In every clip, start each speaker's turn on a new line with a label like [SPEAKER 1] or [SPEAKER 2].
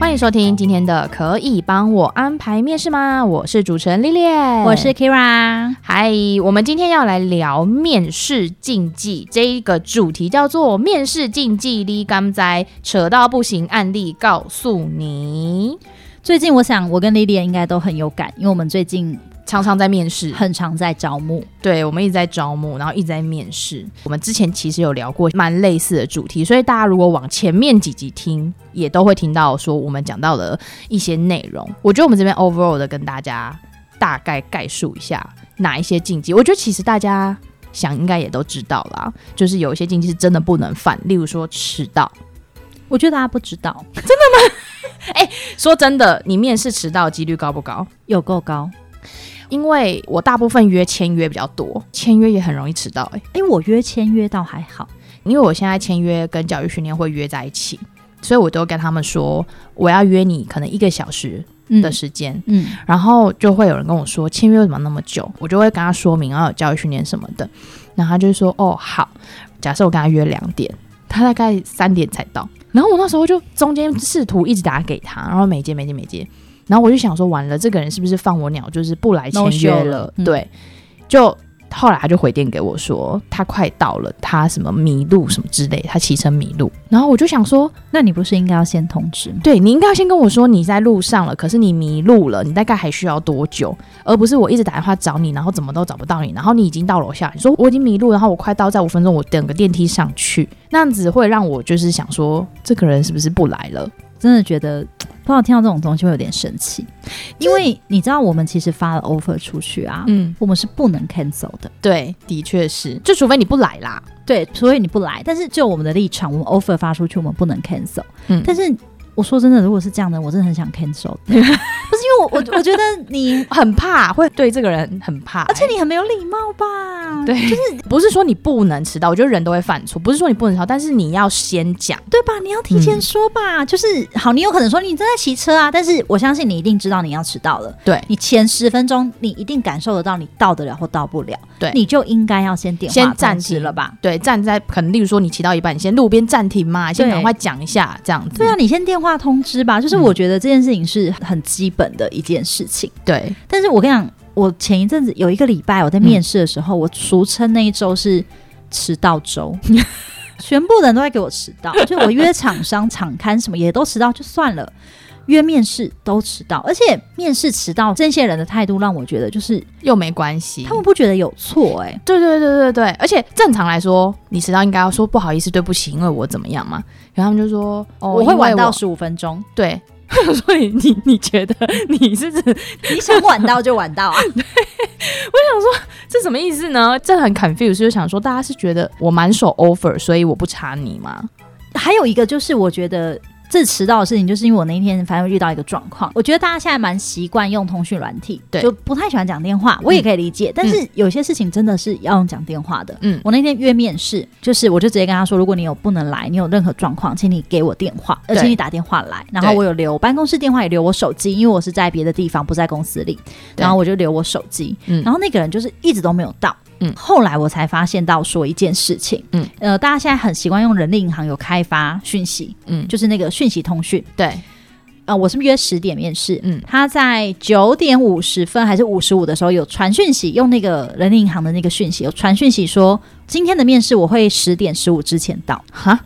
[SPEAKER 1] 欢迎收听今天的《可以帮我安排面试吗》？我是主持人丽恋，
[SPEAKER 2] 我是 Kira，
[SPEAKER 1] 嗨，我们今天要来聊面试禁忌这一个主题，叫做“面试禁忌哩甘灾”，扯到不行案例告诉你，
[SPEAKER 2] 最近我想我跟莉莉应该都很有感，因为我们最近
[SPEAKER 1] 常常在面试，
[SPEAKER 2] 很常在招募。
[SPEAKER 1] 对我们一直在招募，然后一直在面试。我们之前其实有聊过蛮类似的主题，所以大家如果往前面几集听，也都会听到说我们讲到的一些内容。我觉得我们这边 overall 的跟大家大概概述一下哪一些禁忌。我觉得其实大家想应该也都知道啦，就是有一些禁忌是真的不能犯，例如说迟到。
[SPEAKER 2] 我觉得大家不知道，
[SPEAKER 1] 说真的，你面试迟到的几率高不高？
[SPEAKER 2] 有够高。
[SPEAKER 1] 因为我大部分约签约比较多，签约也很容易迟到、欸。
[SPEAKER 2] 哎，我约签约倒还好，
[SPEAKER 1] 因为我现在签约跟教育训练会约在一起，所以我都跟他们说我要约你可能一个小时
[SPEAKER 2] 嗯
[SPEAKER 1] 的时间，
[SPEAKER 2] 嗯，
[SPEAKER 1] 然后就会有人跟我说签约为什么那么久，我就会跟他说明要有教育训练什么的，然后他就说哦好，假设我跟他约两点，他大概三点才到，然后我那时候就中间试图一直打给他，然后没接没接没接，然后我就想说完了，这个人是不是放我鸟，就是不来签
[SPEAKER 2] No
[SPEAKER 1] 约
[SPEAKER 2] show
[SPEAKER 1] 了？
[SPEAKER 2] 了嗯
[SPEAKER 1] 对，就。后来他就回电给我说，他快到了，他什么迷路什么之类，他骑车迷路。然后我就想说，
[SPEAKER 2] 那你不是应该要先通知吗？
[SPEAKER 1] 对你应该要先跟我说你在路上了，可是你迷路了，你大概还需要多久？而不是我一直打电话找你，然后怎么都找不到你，然后你已经到楼下，你说我已经迷路，然后我快到，在五分钟我等个电梯上去，那样子会让我就是想说，这个人是不是不来了？
[SPEAKER 2] 真的觉得不知道听到这种东西会有点生气，因为你知道我们其实发了 offer 出去啊，
[SPEAKER 1] 嗯，
[SPEAKER 2] 我们是不能 cancel 的，
[SPEAKER 1] 对，的确是，就除非你不来啦。
[SPEAKER 2] 对，所以你不来。但是就我们的立场，我们 offer 发出去，我们不能 cancel。
[SPEAKER 1] 嗯
[SPEAKER 2] 但是我说真的，如果是这样的，我真的很想 cancel 的不是因为我我我觉得你，
[SPEAKER 1] 很怕，会对这个人很怕，
[SPEAKER 2] 而且你很没有礼貌吧？
[SPEAKER 1] 对，就是不是说你不能迟到，我觉得人都会犯错，不是说你不能迟到，但是你要先讲。
[SPEAKER 2] 对吧？你要提前说吧，
[SPEAKER 1] 嗯
[SPEAKER 2] 就是好，你有可能说你正在骑车啊，但是我相信你一定知道你要迟到了。
[SPEAKER 1] 对
[SPEAKER 2] 你前十分钟，你一定感受得到你到得了或到不了，
[SPEAKER 1] 对
[SPEAKER 2] 你就应该要先电话
[SPEAKER 1] 先暂
[SPEAKER 2] 通知
[SPEAKER 1] 停
[SPEAKER 2] 了吧？
[SPEAKER 1] 对，站在可能，例如说你骑到一半，你先路边暂停嘛，先
[SPEAKER 2] 对
[SPEAKER 1] 赶快讲一下这样子。
[SPEAKER 2] 对啊，你先电话通知吧。就是
[SPEAKER 1] 嗯
[SPEAKER 2] 我觉得这件事情是很基本的一件事情，
[SPEAKER 1] 对，
[SPEAKER 2] 但是我跟你讲，我前一阵子有一个礼拜我在面试的时
[SPEAKER 1] 嗯
[SPEAKER 2] 候，我俗称那一周是迟到 周。全部人都在给我迟到，就我约厂商、厂刊什么也都迟到，就算了。约面试都迟到，而且面试迟到这些人的态度让我觉得，就是
[SPEAKER 1] 又没关系。
[SPEAKER 2] 他们不觉得有错、欸，哎，
[SPEAKER 1] 对对对对对，而且正常来说，你迟到应该要说不好意思，对不起，因为我怎么样嘛。然后他们就说，哦，
[SPEAKER 2] 我会
[SPEAKER 1] 因为
[SPEAKER 2] 晚到
[SPEAKER 1] 我
[SPEAKER 2] 十五分钟，
[SPEAKER 1] 对。 所以你你觉得你是指
[SPEAKER 2] 你想晚到就晚到啊。
[SPEAKER 1] 这什么意思呢？这很 confused，就想说大家是觉得我满手 offer，所以我不查你吗？
[SPEAKER 2] 还有一个就是，我觉得这迟到的事情，就是因为我那一天反正遇到一个状况，我觉得大家现在蛮习惯用通讯软体，
[SPEAKER 1] 对
[SPEAKER 2] 就不太喜欢讲电话，我也可以理解。但是有些事情真的是要用讲电话的。
[SPEAKER 1] 嗯
[SPEAKER 2] 我那天约面试，就是我就直接跟他说，如果你有不能来，你有任何状况，请你给我电话，而
[SPEAKER 1] 对
[SPEAKER 2] 且你打电话来。然后我有留办公室电话，也留我手机，因为我是在别的地方，不在公司里。
[SPEAKER 1] 对
[SPEAKER 2] 然后我就留我手机，
[SPEAKER 1] 嗯
[SPEAKER 2] 然后那个人就是一直都没有到。
[SPEAKER 1] 嗯
[SPEAKER 2] 后来我才发现到说一件事情，
[SPEAKER 1] 嗯，
[SPEAKER 2] 呃，大家现在很习惯用人力银行有开发讯息，
[SPEAKER 1] 嗯，
[SPEAKER 2] 就是那个讯息通讯。
[SPEAKER 1] 对，
[SPEAKER 2] 呃，我是约十点面试，
[SPEAKER 1] 嗯
[SPEAKER 2] 他在九点五十分还是五十五的时候有传讯息，用那个人力银行的那个讯息有传讯息说今天的面试我会十点十五之前到，
[SPEAKER 1] 哈，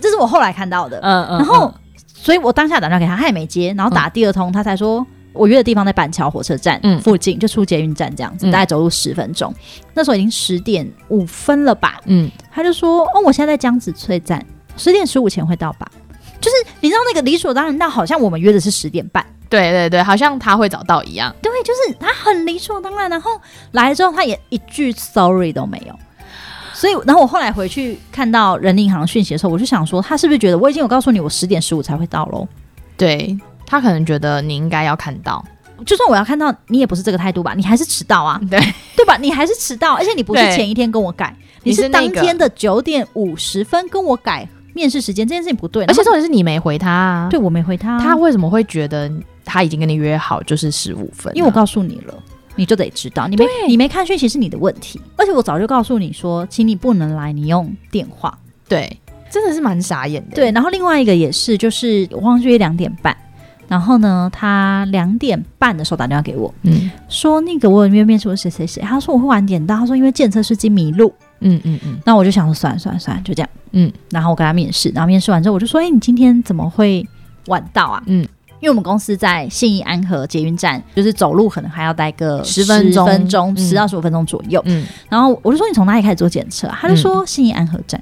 [SPEAKER 2] 这是我后来看到的。
[SPEAKER 1] 嗯嗯
[SPEAKER 2] 然后，所以我当下打电话给他，他也没接，然后打第二通，他才说。我约的地方在板桥火车站
[SPEAKER 1] 嗯
[SPEAKER 2] 附近，就出捷运站这样子，
[SPEAKER 1] 嗯
[SPEAKER 2] 大概走路十分钟。那时候已经十点五分了吧，
[SPEAKER 1] 嗯，
[SPEAKER 2] 他就说：“哦，我现在在江子翠站，十点十五前会到吧？”就是你知道那个理所当然到，好像我们约的是十点半，
[SPEAKER 1] 对对对，好像他会找到一样。
[SPEAKER 2] 对，就是他很理所当然。然后来了之后，他也一句 sorry 都没有。所以，然后我后来回去看到人力银行讯息的时候，我就想说，他是不是觉得我已经有告诉你我十点十五才会到喽？
[SPEAKER 1] 对他可能觉得你应该要看到，
[SPEAKER 2] 就算我要看到你也不是这个态度吧，你还是迟到啊，
[SPEAKER 1] 对
[SPEAKER 2] 对吧？你还是迟到，而且你不是
[SPEAKER 1] 嗯对
[SPEAKER 2] 前一天跟我改，
[SPEAKER 1] 你
[SPEAKER 2] 你
[SPEAKER 1] 是
[SPEAKER 2] 是当
[SPEAKER 1] 那个
[SPEAKER 2] 天的九点五十分跟我改面试时间，这件事情不对。
[SPEAKER 1] 而
[SPEAKER 2] 然
[SPEAKER 1] 且
[SPEAKER 2] 后
[SPEAKER 1] 重点是你没回他、啊，
[SPEAKER 2] 对我没回他，
[SPEAKER 1] 他为什么会觉得他已经跟你约好就是十五分啊、
[SPEAKER 2] 因为我告诉你了，你就得知道，你没
[SPEAKER 1] 对
[SPEAKER 2] 你没看讯息是你的问题，而且我早就告诉你说，请你不能来，你用电话。
[SPEAKER 1] 对真的是蛮傻眼的。
[SPEAKER 2] 对，然后另外一个也是，就是我忘记约两点半，然后呢，他两点半的时候打电话给我
[SPEAKER 1] 嗯，
[SPEAKER 2] 说，那个我有约面试，我谁谁谁，他说我会晚点到，他说因为建车司机迷路，
[SPEAKER 1] 嗯嗯嗯
[SPEAKER 2] 那我就想说算了算了算了，就这样，
[SPEAKER 1] 嗯，
[SPEAKER 2] 然后我跟他面试，然后面试完之后我就说，哎、你今天怎么会晚到啊？
[SPEAKER 1] 嗯，
[SPEAKER 2] 因为我们公司在信义安和捷运站，就是走路可能还要待个
[SPEAKER 1] 10分钟
[SPEAKER 2] 分钟
[SPEAKER 1] 嗯
[SPEAKER 2] 十到十五分钟左右。
[SPEAKER 1] 嗯，
[SPEAKER 2] 然后我就说你从哪里开始做检测啊？他就说信义安和站。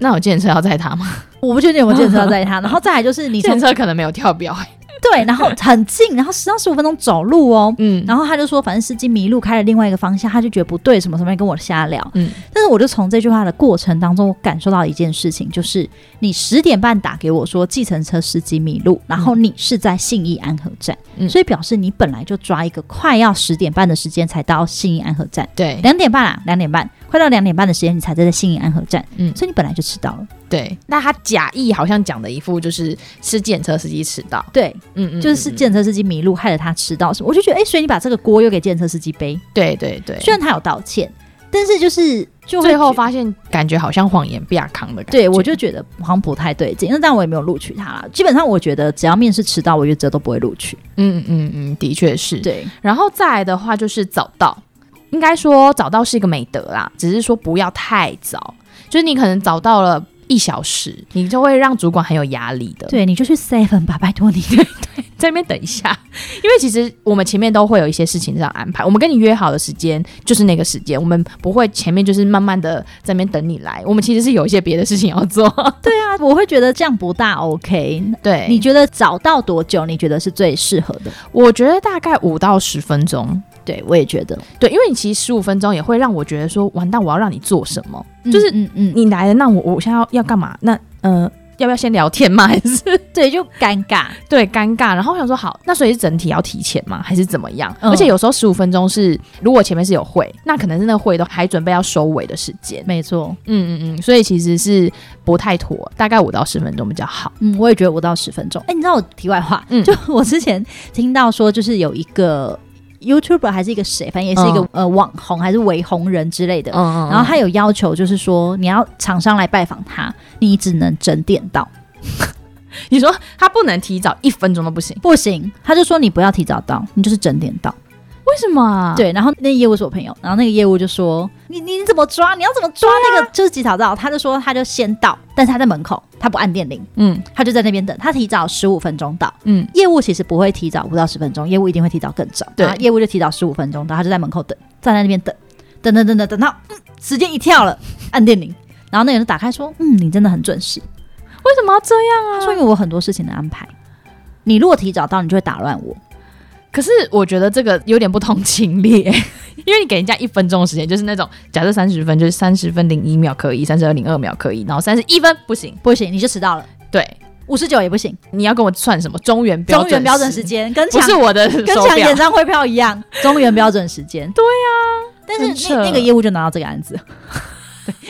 [SPEAKER 1] 那我检车要载他吗？
[SPEAKER 2] 我不确定有没有检测在 他，然后再来就是你
[SPEAKER 1] 检
[SPEAKER 2] 从
[SPEAKER 1] 车可能没有跳表、欸。
[SPEAKER 2] 对，然后很近，然后十到十五分钟走路哦。
[SPEAKER 1] 嗯，
[SPEAKER 2] 然后他就说，反正司机迷路开了另外一个方向，他就觉得不对，什么什么，跟我瞎聊。
[SPEAKER 1] 嗯
[SPEAKER 2] 但是我就从这句话的过程当中，我感受到一件事情，就是你十点半打给我说计程车司机迷路，然后你是在信义安和站，
[SPEAKER 1] 嗯
[SPEAKER 2] 所以表示你本来就抓一个快要十点半的时间才到信义安和站，
[SPEAKER 1] 对
[SPEAKER 2] 两点半啊，两点半，快到两点半的时间你才在信义安和站，
[SPEAKER 1] 嗯
[SPEAKER 2] 所以你本来就迟到了。
[SPEAKER 1] 对，那他假意好像讲的一副就是是检车司机迟到，
[SPEAKER 2] 对，
[SPEAKER 1] 嗯嗯，
[SPEAKER 2] 就是
[SPEAKER 1] 嗯
[SPEAKER 2] 是建车司机迷路，害了他迟到什么，我就觉得，哎、所以你把这个锅又给建车司机背，
[SPEAKER 1] 对对对，
[SPEAKER 2] 虽然他有道歉，但是就是就会
[SPEAKER 1] 最后
[SPEAKER 2] 觉
[SPEAKER 1] 发现感觉好像谎言被亚康的感觉。
[SPEAKER 2] 对我就觉得好像不太对劲，那但我也没有录取他啦。基本上我觉得只要面试迟到，我觉得这都不会录取。
[SPEAKER 1] 嗯嗯嗯，的确是。
[SPEAKER 2] 对，
[SPEAKER 1] 然后再来的话就是早到，应该说早到是一个美德啦，只是说不要太早，就是你可能早到了一小时，你就会让主管很有压力的。，
[SPEAKER 2] 对，你就去 seven 吧，拜托你。
[SPEAKER 1] 在那边等一下， 因为其实我们前面都会有一些事情这样安排，我们跟你约好的时间就是那个时间，我们不会前面就是慢慢的在那边等你来，我们其实是有一些别的事情要做。
[SPEAKER 2] 对啊， 我会觉得这样不大 OK。
[SPEAKER 1] 对，
[SPEAKER 2] 你觉得早到多久？你觉得是最适合的？
[SPEAKER 1] 我觉得大概五到十分钟。
[SPEAKER 2] 对，我也觉得，
[SPEAKER 1] 对，因为你其实十五分钟也会让我觉得说，完蛋，我要让你做什么？
[SPEAKER 2] 就是嗯嗯，
[SPEAKER 1] 你来了，那我我现在要要干嘛？那呃，要不要先聊天吗？ 还是
[SPEAKER 2] 对，就尴尬。
[SPEAKER 1] 对尴尬？然后我想说好，那所以是整体要提前吗？还是怎么样？
[SPEAKER 2] 嗯
[SPEAKER 1] 而且有时候十五分钟是，如果前面是有会，那可能是那个会都还准备要收尾的时间。
[SPEAKER 2] 没错，
[SPEAKER 1] 嗯嗯嗯，所以其实是不太妥，大概五到十分钟比较好。
[SPEAKER 2] 嗯，我也觉得五到十分钟。哎，你知道我题外话，
[SPEAKER 1] 嗯
[SPEAKER 2] 就我之前听到说，就是有一个 YouTuber 还是一个谁，反正也是一个、
[SPEAKER 1] 嗯
[SPEAKER 2] 呃网红还是伪红人之类的，
[SPEAKER 1] 嗯
[SPEAKER 2] 然后他有要求，就是说你要厂商来拜访他，你只能整点到，
[SPEAKER 1] 你说他不能提早一分钟都不行，
[SPEAKER 2] 不行。他就说你不要提早到，你就是整点到。
[SPEAKER 1] 为什么啊？
[SPEAKER 2] 对，然后那业务是我朋友，然后那个业务就说你你怎么抓？你要怎么抓那个、就是几早到？他就说他就先到，但是他在门口，他不按电铃，
[SPEAKER 1] 嗯
[SPEAKER 2] 他就在那边等。他提早十五分钟到，
[SPEAKER 1] 嗯，
[SPEAKER 2] 业务其实不会提早五到十分钟，业务一定会提早更早。
[SPEAKER 1] 对
[SPEAKER 2] 然后业务就提早十五分钟到，他就在门口等，站在那边等，等等等等等到、嗯、时间一跳了，按电铃，然后那个人就打开说：“嗯，你真的很准时。”
[SPEAKER 1] 为什么要这样？
[SPEAKER 2] 他说：“因为我有很多事情的安排，你如果提早到，你就会打乱我。
[SPEAKER 1] 可是我觉得这个有点不同情理， 因为你给人家一分钟的时间，就是那种假设三十分，就是三十分零一秒可以，三十二零二秒可以，然后三十一分不行。
[SPEAKER 2] 不行，你就迟到了。
[SPEAKER 1] 对，
[SPEAKER 2] 五十九也不行，
[SPEAKER 1] 你要跟我算什么中原标
[SPEAKER 2] 中
[SPEAKER 1] 准
[SPEAKER 2] 原标准时，间跟
[SPEAKER 1] 不
[SPEAKER 2] 抢
[SPEAKER 1] 是我的
[SPEAKER 2] 跟
[SPEAKER 1] 手
[SPEAKER 2] 抢
[SPEAKER 1] 表啊
[SPEAKER 2] 演。唱会票一样，中原标准时 间。对呀、但
[SPEAKER 1] 很
[SPEAKER 2] 是
[SPEAKER 1] 扯
[SPEAKER 2] 那那个业务就拿到这个案子，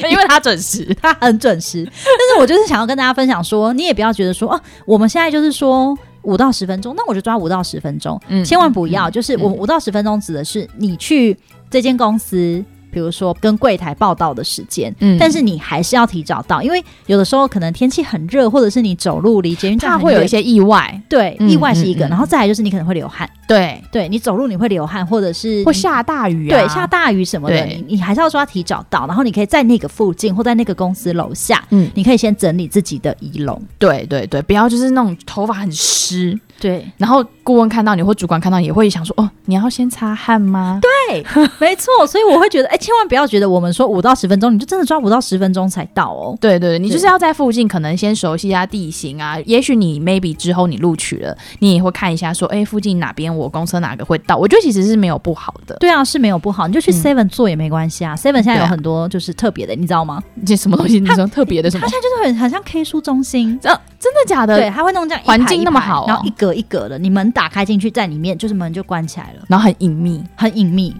[SPEAKER 1] 因为他准时。
[SPEAKER 2] 他很准时。但是我就是想要跟大家分享说，你也不要觉得说哦，我们现在就是说五到十分钟，那我就抓五到十分钟，
[SPEAKER 1] 嗯
[SPEAKER 2] 千万不要。就是我
[SPEAKER 1] 嗯
[SPEAKER 2] 五到十分钟指的是你去这间公司，比如说跟柜台报道的时间，
[SPEAKER 1] 嗯
[SPEAKER 2] 但是你还是要提早到，因为有的时候可能天气很热，或者是你走路离捷运站
[SPEAKER 1] 他
[SPEAKER 2] 很
[SPEAKER 1] 会有
[SPEAKER 2] 远
[SPEAKER 1] 一些意外，
[SPEAKER 2] 对
[SPEAKER 1] 嗯
[SPEAKER 2] 意外是一个，
[SPEAKER 1] 嗯嗯
[SPEAKER 2] 然后再来就是你可能会流汗，
[SPEAKER 1] 对，
[SPEAKER 2] 对你走路你会流汗，或者是
[SPEAKER 1] 或下大雨啊，
[SPEAKER 2] 对下，大雨什么的，
[SPEAKER 1] 对
[SPEAKER 2] 你你还是要说要提早到，然后你可以在那个附近或在那个公司楼下，
[SPEAKER 1] 嗯，
[SPEAKER 2] 你可以先整理自己的仪容，
[SPEAKER 1] 对对对，不要就是那种头发很湿，
[SPEAKER 2] 对
[SPEAKER 1] 然后顾问看到你或主管看到你也会想说，哦，你要先擦汗吗？对，
[SPEAKER 2] 对，没错，所以我会觉得，哎，千万不要觉得我们说五到十分钟，你就真的抓五到十分钟才到哦。
[SPEAKER 1] 对对，你
[SPEAKER 2] 对
[SPEAKER 1] 就是要在附近可能先熟悉一下地形啊，也许你 maybe 之后你录取了，你也会看一下说，哎，附近哪边我公车哪个会到？我觉得其实是没有不好的，
[SPEAKER 2] 对啊，是没有不好，你就去
[SPEAKER 1] 嗯
[SPEAKER 2] Seven 做也没关系啊。Seven 现在
[SPEAKER 1] 对
[SPEAKER 2] 有
[SPEAKER 1] 啊
[SPEAKER 2] 很多就是特别的，你知道吗？
[SPEAKER 1] 这什么东西？你说特别的什么
[SPEAKER 2] 它？现在就是很很像 K 书中心，
[SPEAKER 1] 呃，真的假的？
[SPEAKER 2] 对，它会弄这样一排
[SPEAKER 1] 环境那么
[SPEAKER 2] 一
[SPEAKER 1] 好哦
[SPEAKER 2] 排然后一格格一格的，你门打开进去，在里面就是门就关起来了，
[SPEAKER 1] 然后很隐秘，
[SPEAKER 2] 很隐秘。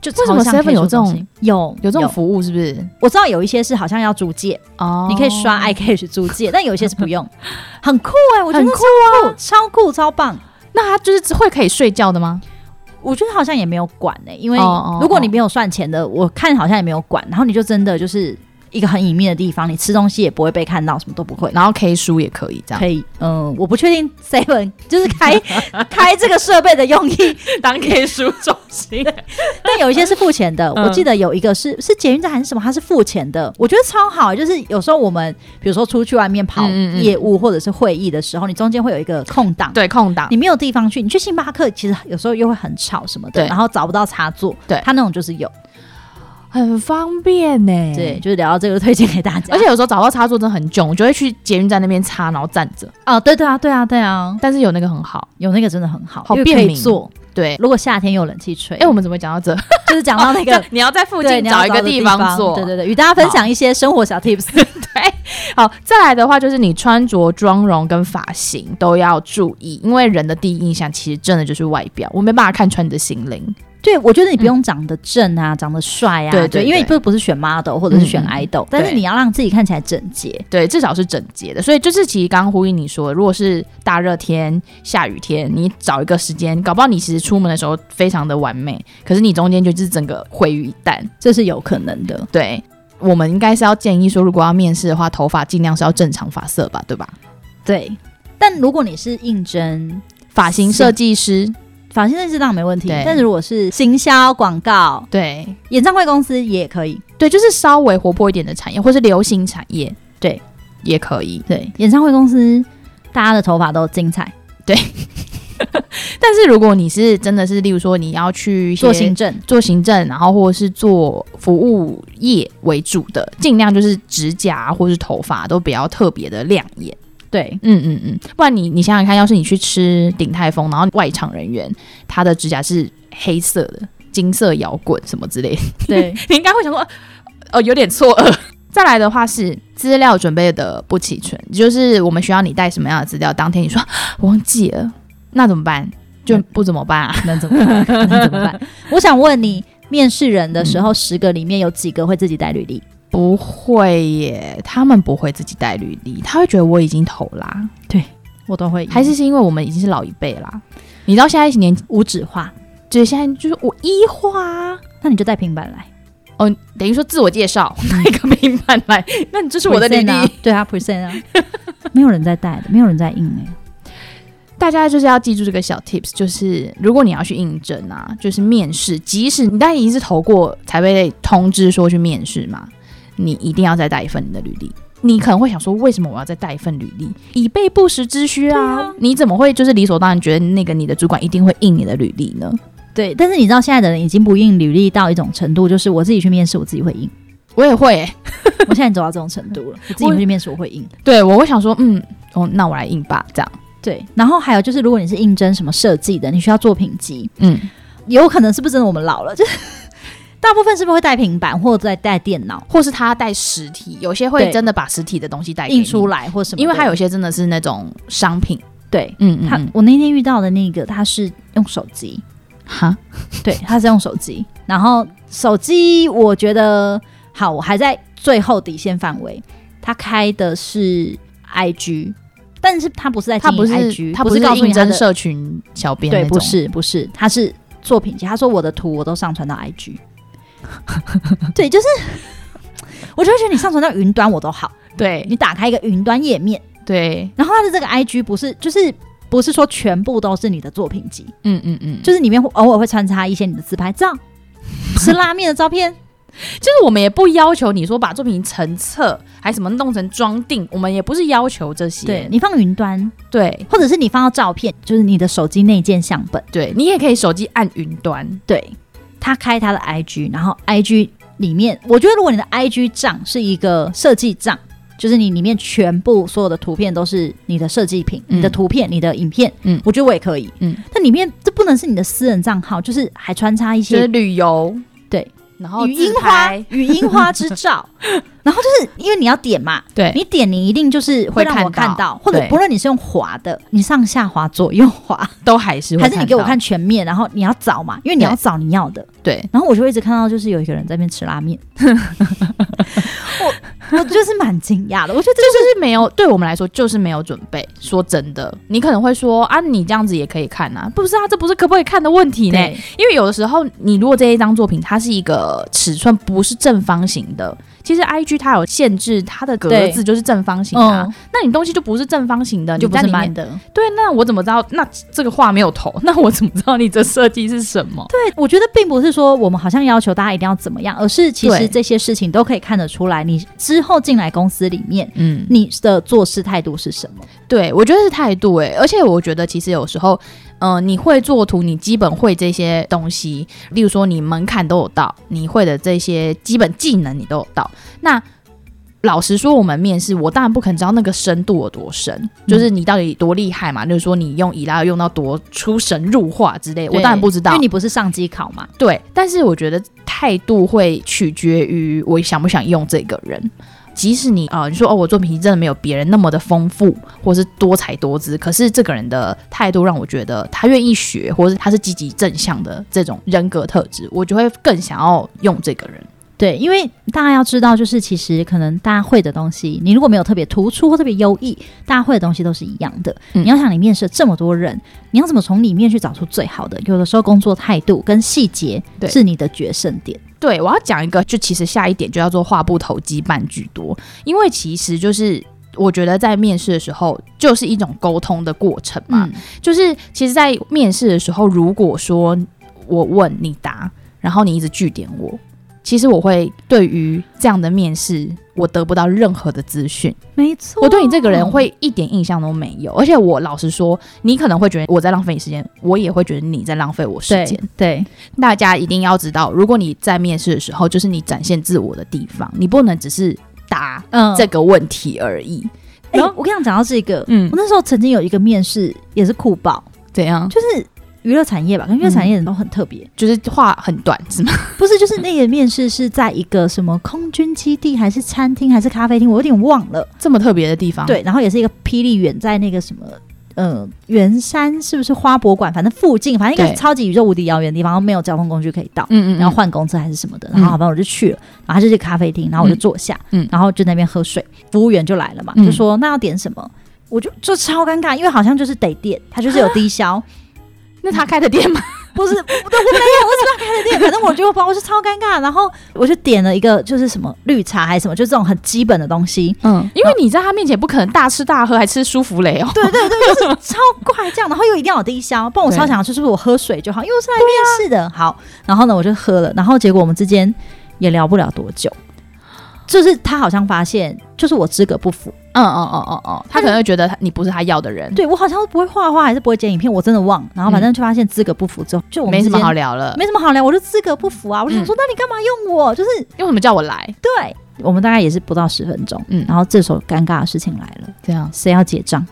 [SPEAKER 2] 就
[SPEAKER 1] 为什么
[SPEAKER 2] 超像
[SPEAKER 1] 7-Eleven 有这种
[SPEAKER 2] 可以做东西有
[SPEAKER 1] 有这种服务是不是？
[SPEAKER 2] 我知道有一些是好像要租借，
[SPEAKER 1] 哦
[SPEAKER 2] 你可以刷 iCash 租借，但有一些是不 用，很酷哎、我觉得
[SPEAKER 1] 很
[SPEAKER 2] 那超酷，超酷，超棒。
[SPEAKER 1] 那他就是会可以睡觉的吗？
[SPEAKER 2] 我觉得好像也没有管呢、因为
[SPEAKER 1] 哦哦
[SPEAKER 2] 如果你没有算钱的，我看好像也没有管，然后你就真的就是一个很隐秘的地方，你吃东西也不会被看到，什么都不会。
[SPEAKER 1] 然后 K 书也可以这样
[SPEAKER 2] 可，以，嗯，我不确定 Seven 就是开 开这个设备的用意，
[SPEAKER 1] 当 K 书中心。
[SPEAKER 2] 但有一些是付钱的。
[SPEAKER 1] 嗯
[SPEAKER 2] 我记得有一个是是捷运站还是什么，它是付钱的，我觉得超好。就是有时候我们比如说出去外面跑
[SPEAKER 1] 嗯嗯嗯
[SPEAKER 2] 业务或者是会议的时候，你中间会有一个空档，
[SPEAKER 1] 对，空档
[SPEAKER 2] 你没有地方去，你去星巴克其实有时候又会很吵什么的，
[SPEAKER 1] 对
[SPEAKER 2] 然后找不到插座，
[SPEAKER 1] 对
[SPEAKER 2] 它那种就是有，
[SPEAKER 1] 很方便呢、
[SPEAKER 2] 对，，就是聊到这个推荐给大家。
[SPEAKER 1] 而且有时候找到插座真的很囧，我就会去捷运站那边插，然后站着。
[SPEAKER 2] 哦，对对啊，对啊，对啊，
[SPEAKER 1] 但是有那个很好，
[SPEAKER 2] 有那个真的很好，
[SPEAKER 1] 好
[SPEAKER 2] 因为
[SPEAKER 1] 便
[SPEAKER 2] 可以
[SPEAKER 1] 民
[SPEAKER 2] 坐。
[SPEAKER 1] 对。
[SPEAKER 2] 如果夏天有冷气吹，
[SPEAKER 1] 哎、我们怎么讲到这？。
[SPEAKER 2] 就是讲到那个
[SPEAKER 1] 哦你要在 附
[SPEAKER 2] 对
[SPEAKER 1] 近
[SPEAKER 2] 你要
[SPEAKER 1] 找一个
[SPEAKER 2] 的地
[SPEAKER 1] 方坐。
[SPEAKER 2] 对对对，与大家分享一些生 活小 tips。
[SPEAKER 1] 好，再来的话就是你穿着、妆容跟发型都要注意，因为人的第一印象其实真的就是外表，我没办法看穿你的心灵。
[SPEAKER 2] 对，我觉得你不用长得正啊，长得帅啊，
[SPEAKER 1] 对对
[SPEAKER 2] 因为
[SPEAKER 1] 对
[SPEAKER 2] 你不不是选 model 或者是选
[SPEAKER 1] 嗯嗯
[SPEAKER 2] idol，但是
[SPEAKER 1] 对
[SPEAKER 2] 你要让自己看起来整洁。
[SPEAKER 1] 对，至少是整洁的。所以就是其实刚刚呼应你说，如果是大热天、下雨天，你找一个时间，搞不好你其实出门的时候非常的完美，可是你中间就是整个毁于一旦。
[SPEAKER 2] 这是有可能的。
[SPEAKER 1] 对。我们应该是要建议说，如果要面试的话，头发尽量是要正常发色吧，对吧？
[SPEAKER 2] 对，但如果你是应征
[SPEAKER 1] 发型设计师，
[SPEAKER 2] 发型设计师，当然没问题。
[SPEAKER 1] 对
[SPEAKER 2] 但是如果是行销、广告、
[SPEAKER 1] 对
[SPEAKER 2] 演唱会公司也可以。
[SPEAKER 1] 对，就是稍微活泼一点的产业，或是流行产业，
[SPEAKER 2] 对，
[SPEAKER 1] 也可以。
[SPEAKER 2] 对，演唱会公司大家的头发都精彩，
[SPEAKER 1] 但是如果你是真的是，例如说你要去一些
[SPEAKER 2] 做行政。
[SPEAKER 1] 做行政，然后或者是做服务业为主的，尽量就是指甲或是头发都不要特别的亮眼。
[SPEAKER 2] 对，
[SPEAKER 1] 嗯嗯嗯，不然你你想想看，要是你去吃鼎泰丰，然后外场人员他的指甲是黑色的、金色摇滚什么之类的，
[SPEAKER 2] 对，
[SPEAKER 1] 你应该会想说，呃，有点错愕。再来的话是资料准备的不齐全，就是我们需要你带什么样的资料，当天你说我忘记了，那怎么办？就不怎么办啊？
[SPEAKER 2] 能怎么办？能怎么办？嗯我想问你，面试人的时候，十个里面有几个会自己带履历？
[SPEAKER 1] 不会耶，他们不会自己带履历，他会觉得我已经投啦，
[SPEAKER 2] 我都会
[SPEAKER 1] 还是是因为我们已经是老一辈啦。你知道现在年纪，
[SPEAKER 2] 无纸化，
[SPEAKER 1] 就是现在就是我一花啊
[SPEAKER 2] 那你就带平板来，
[SPEAKER 1] 哦，等于说自我介 绍那个平板来，那你就是我的履
[SPEAKER 2] Present 啊
[SPEAKER 1] 历。，
[SPEAKER 2] 对啊，present 啊，没有人在带的，没有人在印哎、
[SPEAKER 1] 大家就是要记住这个小 tips，就是如果你要去应征啊，就是面试，即使你但已经是投过才被通知说去面试嘛，你一定要再带一份你的履历。你可能会想说，为什么我要再带一份履历，以备不时之需啊？你怎么会就是理所当然觉得那个你的主管一定会印你的履历呢？
[SPEAKER 2] 对，但是你知道现在的人已经不印履历到一种程度，就是我自己去面试，我自己会 印。
[SPEAKER 1] 我也会、欸，
[SPEAKER 2] 我现在走到这种程度了，我自己去面试我会印。
[SPEAKER 1] 对我会想说，嗯，哦，那我来印吧，这样，
[SPEAKER 2] 对，然后还有就是，如果你是应征什么设计的，你需要作品集，
[SPEAKER 1] 嗯，
[SPEAKER 2] 有可能是不是真的我们老了，就是 大部分是不是会带平板或者在带电脑
[SPEAKER 1] 或是他带实体，有些会
[SPEAKER 2] 对
[SPEAKER 1] 真的把实体的东西带给
[SPEAKER 2] 印
[SPEAKER 1] 你
[SPEAKER 2] 出，来或什么的？
[SPEAKER 1] 因为他有些真的是那种商品，
[SPEAKER 2] 对。
[SPEAKER 1] 嗯嗯
[SPEAKER 2] 他，
[SPEAKER 1] 嗯
[SPEAKER 2] 我那天遇到的那个，他是用手机，
[SPEAKER 1] 哈，
[SPEAKER 2] 对，他是用手机。然后手机，我觉得好，我还在最后底线范围。他开的是 IG，但是他不是在
[SPEAKER 1] 他
[SPEAKER 2] 经营
[SPEAKER 1] 不
[SPEAKER 2] IG，
[SPEAKER 1] 是他不是
[SPEAKER 2] 告诉
[SPEAKER 1] 应
[SPEAKER 2] 你他
[SPEAKER 1] 征
[SPEAKER 2] 的
[SPEAKER 1] 社群小编
[SPEAKER 2] 对，
[SPEAKER 1] 那种，
[SPEAKER 2] 不是不是，他是作品集。他说我的图我都上传到 IG，对，就是我就会觉得你上传到云端我都好，欸
[SPEAKER 1] 对
[SPEAKER 2] 你打开一个云端页面，
[SPEAKER 1] 对，
[SPEAKER 2] 然后他的这个 IG 不是就是。不是说全部都是你的作品集，
[SPEAKER 1] 嗯嗯嗯，就
[SPEAKER 2] 就是里面偶尔会穿插一些你的自拍照、吃拉面的照片，
[SPEAKER 1] 就是我们也不要求你说把作品成册还什么弄成装订，我们也不是要求这些，
[SPEAKER 2] 对你放云端，
[SPEAKER 1] 对
[SPEAKER 2] 或者是你放到照片，就是你的手机内建相本。
[SPEAKER 1] 对，你也可以手机按云端，
[SPEAKER 2] 对他开他的 IG，然后 IG 里面，我觉得如果你的 IG 账是一个设计账，就是你里面全部所有的图片都是你的设计品、
[SPEAKER 1] 嗯
[SPEAKER 2] 你的图片、你的影片，
[SPEAKER 1] 嗯
[SPEAKER 2] 我觉得我也可以，
[SPEAKER 1] 嗯，
[SPEAKER 2] 但里面这不能是你的私人账号，就是还穿插一
[SPEAKER 1] 就是
[SPEAKER 2] 些
[SPEAKER 1] 旅游，
[SPEAKER 2] 对，
[SPEAKER 1] 然后
[SPEAKER 2] 语音
[SPEAKER 1] 自
[SPEAKER 2] 花
[SPEAKER 1] 拍
[SPEAKER 2] 语音 花之 照，然后就是因为你要点嘛，
[SPEAKER 1] 对
[SPEAKER 2] 你点你一定就是会
[SPEAKER 1] 会
[SPEAKER 2] 让我
[SPEAKER 1] 看
[SPEAKER 2] 看
[SPEAKER 1] 到
[SPEAKER 2] 到，或者
[SPEAKER 1] 对
[SPEAKER 2] 不论你是用滑的，你上下滑、左右滑，
[SPEAKER 1] 都还是会
[SPEAKER 2] 还是你给我
[SPEAKER 1] 到
[SPEAKER 2] 看全面，然后你要找嘛，因为你要
[SPEAKER 1] 对
[SPEAKER 2] 找你要的，
[SPEAKER 1] 对。
[SPEAKER 2] 然后我就一直看到就是有一个人在那边吃 拉面，我我就是蛮惊讶的，我觉得这
[SPEAKER 1] 就是没有，对我们来说就是没有准备。说真的，你可能会说啊，你这样子也可以看啊，不是啊，这不是可不可以看的问题呢？
[SPEAKER 2] 对
[SPEAKER 1] 因为有的时候，你如果这一张作品它是一个尺寸不是正方形的，其实 I G 它有限制，它的格
[SPEAKER 2] 对
[SPEAKER 1] 子就是正方形啊，
[SPEAKER 2] 嗯，
[SPEAKER 1] 那你东西就不是正方形的，
[SPEAKER 2] 就
[SPEAKER 1] 你
[SPEAKER 2] 不
[SPEAKER 1] 在
[SPEAKER 2] 是
[SPEAKER 1] 里
[SPEAKER 2] 慢
[SPEAKER 1] 面。
[SPEAKER 2] 的。
[SPEAKER 1] 对，那我怎么知道？那这个画没有头， 那我怎么知道你这设计是什么？
[SPEAKER 2] 对，我觉得并不是说我们好像要求大家一定要怎么样，而是其实
[SPEAKER 1] 对
[SPEAKER 2] 这些事情都可以看得出来，你之后进来公司里面。
[SPEAKER 1] 嗯，
[SPEAKER 2] 你的做事态度是什么？
[SPEAKER 1] 对，我觉得是态度诶、而且我觉得其实有时候，呃，你会做图，你基本会这些东西，例如说你门槛都有到，你会的这些基本技能你都有到。那老实说，我们面试，我当然不可能知道那个深度有多深，就是你到底多厉害嘛，就是说你用以拉用到多出神入化之类，我当然不知道
[SPEAKER 2] 因为。你不是上机考嘛。
[SPEAKER 1] 对，但是我觉得态度会取决于我想不想用这个人。即使你啊、呃你说哦，我作品集真的没有别人那么的丰富，或是多才多姿，可是这个人的态度让我觉得他愿意学，或者他是积极正向的这种人格特质，我就会更想要用这个人。
[SPEAKER 2] 对，因为大家要知道，就是其实可能大家会的东西，你如果没有特别突出或特别优异，大家会的东西都是一样的。
[SPEAKER 1] 嗯
[SPEAKER 2] 你要想你面试这么多人，你要怎么从里面去找出最好的？有的时候工作态度跟细节
[SPEAKER 1] 对
[SPEAKER 2] 是你的决胜点。
[SPEAKER 1] 对，我要讲一个，就其实下一点就叫做话不投机半句多，因为其实就是我觉得在面试的时候，就是一种沟通的过程嘛。
[SPEAKER 2] 嗯，
[SPEAKER 1] 就是其实，在面试的时候，如果说我问你答，然后你一直据点我，其实我会对于这样的面试，我得不到任何的资讯，
[SPEAKER 2] 没错。
[SPEAKER 1] 我对你这个人会一点印象都没有。而且我老实说，你可能会觉得我在浪费你时间，我也会觉得你在浪费我时
[SPEAKER 2] 对
[SPEAKER 1] 间。
[SPEAKER 2] 对
[SPEAKER 1] 大家一定要知道，如果你在面试的时候，就是你展现自我的地方，你不能只是答
[SPEAKER 2] 嗯
[SPEAKER 1] 这个问题而已。
[SPEAKER 2] 哎、
[SPEAKER 1] 然后
[SPEAKER 2] 我跟你讲，讲到这个，
[SPEAKER 1] 嗯
[SPEAKER 2] 我，那时候曾经有一个面试也是酷爆，
[SPEAKER 1] 怎样？
[SPEAKER 2] 就是娱乐产业吧，跟娱乐
[SPEAKER 1] 嗯
[SPEAKER 2] 产业人都很特别，
[SPEAKER 1] 就是话很短，是吗？
[SPEAKER 2] 不是就是那个面试是在一个什么空军基地，还是餐厅，还是咖啡厅，我有点忘了。
[SPEAKER 1] 这么特别的地方，
[SPEAKER 2] 对，然后也是一个霹雳远在那个什么。呃，圆山是不是花博馆？反正附近，反正一
[SPEAKER 1] 对
[SPEAKER 2] 个超级宇宙无敌遥远的地方，然后没有交通工具可以到，
[SPEAKER 1] 嗯，嗯嗯，
[SPEAKER 2] 然后换公车还是什么的。
[SPEAKER 1] 嗯
[SPEAKER 2] 然后好吧，我就去了，然后它就是咖啡厅，然后我就坐下，
[SPEAKER 1] 嗯嗯
[SPEAKER 2] 然后就在那边喝水。服务员就来了嘛，
[SPEAKER 1] 嗯
[SPEAKER 2] 就说那要点什么？我就就超尴尬，因为好像就是得点，它就是有低 消，
[SPEAKER 1] 那他开的店吗？
[SPEAKER 2] 不是，我对我没有，我只是开了店，反正我就包，我是超尴尬。然后我就点了一个就是什么绿茶还是什么，就这种很基本的东西。
[SPEAKER 1] 嗯，因为你在他面前不可能大吃大喝，还吃舒芙蕾哦。
[SPEAKER 2] 对对对，就是超怪这样，然后又一定要有低消，不然我
[SPEAKER 1] 对
[SPEAKER 2] 超想就是不是我喝水就好，因为我是来面试的。好，然后呢我就喝了，然后结果我们之间也聊不了多久，就是他好像发现就是我资格不符，
[SPEAKER 1] 嗯嗯嗯嗯嗯，他可能会觉得他你不是他要的人，
[SPEAKER 2] 对我好像不会画画还是不会剪影片，我真的忘了。然后反正就发现资格不符之后，就我们
[SPEAKER 1] 没
[SPEAKER 2] 之
[SPEAKER 1] 什
[SPEAKER 2] 间
[SPEAKER 1] 么好聊了。
[SPEAKER 2] 嗯没什么好聊，我就资格不符啊，我就想
[SPEAKER 1] 嗯
[SPEAKER 2] 说、那你干嘛用我？就是
[SPEAKER 1] 为什么叫我来？
[SPEAKER 2] 对。我们大概也是不到十分钟，
[SPEAKER 1] 嗯
[SPEAKER 2] 然后这时候尴尬的事情来了。
[SPEAKER 1] 这样，
[SPEAKER 2] 谁要结 账？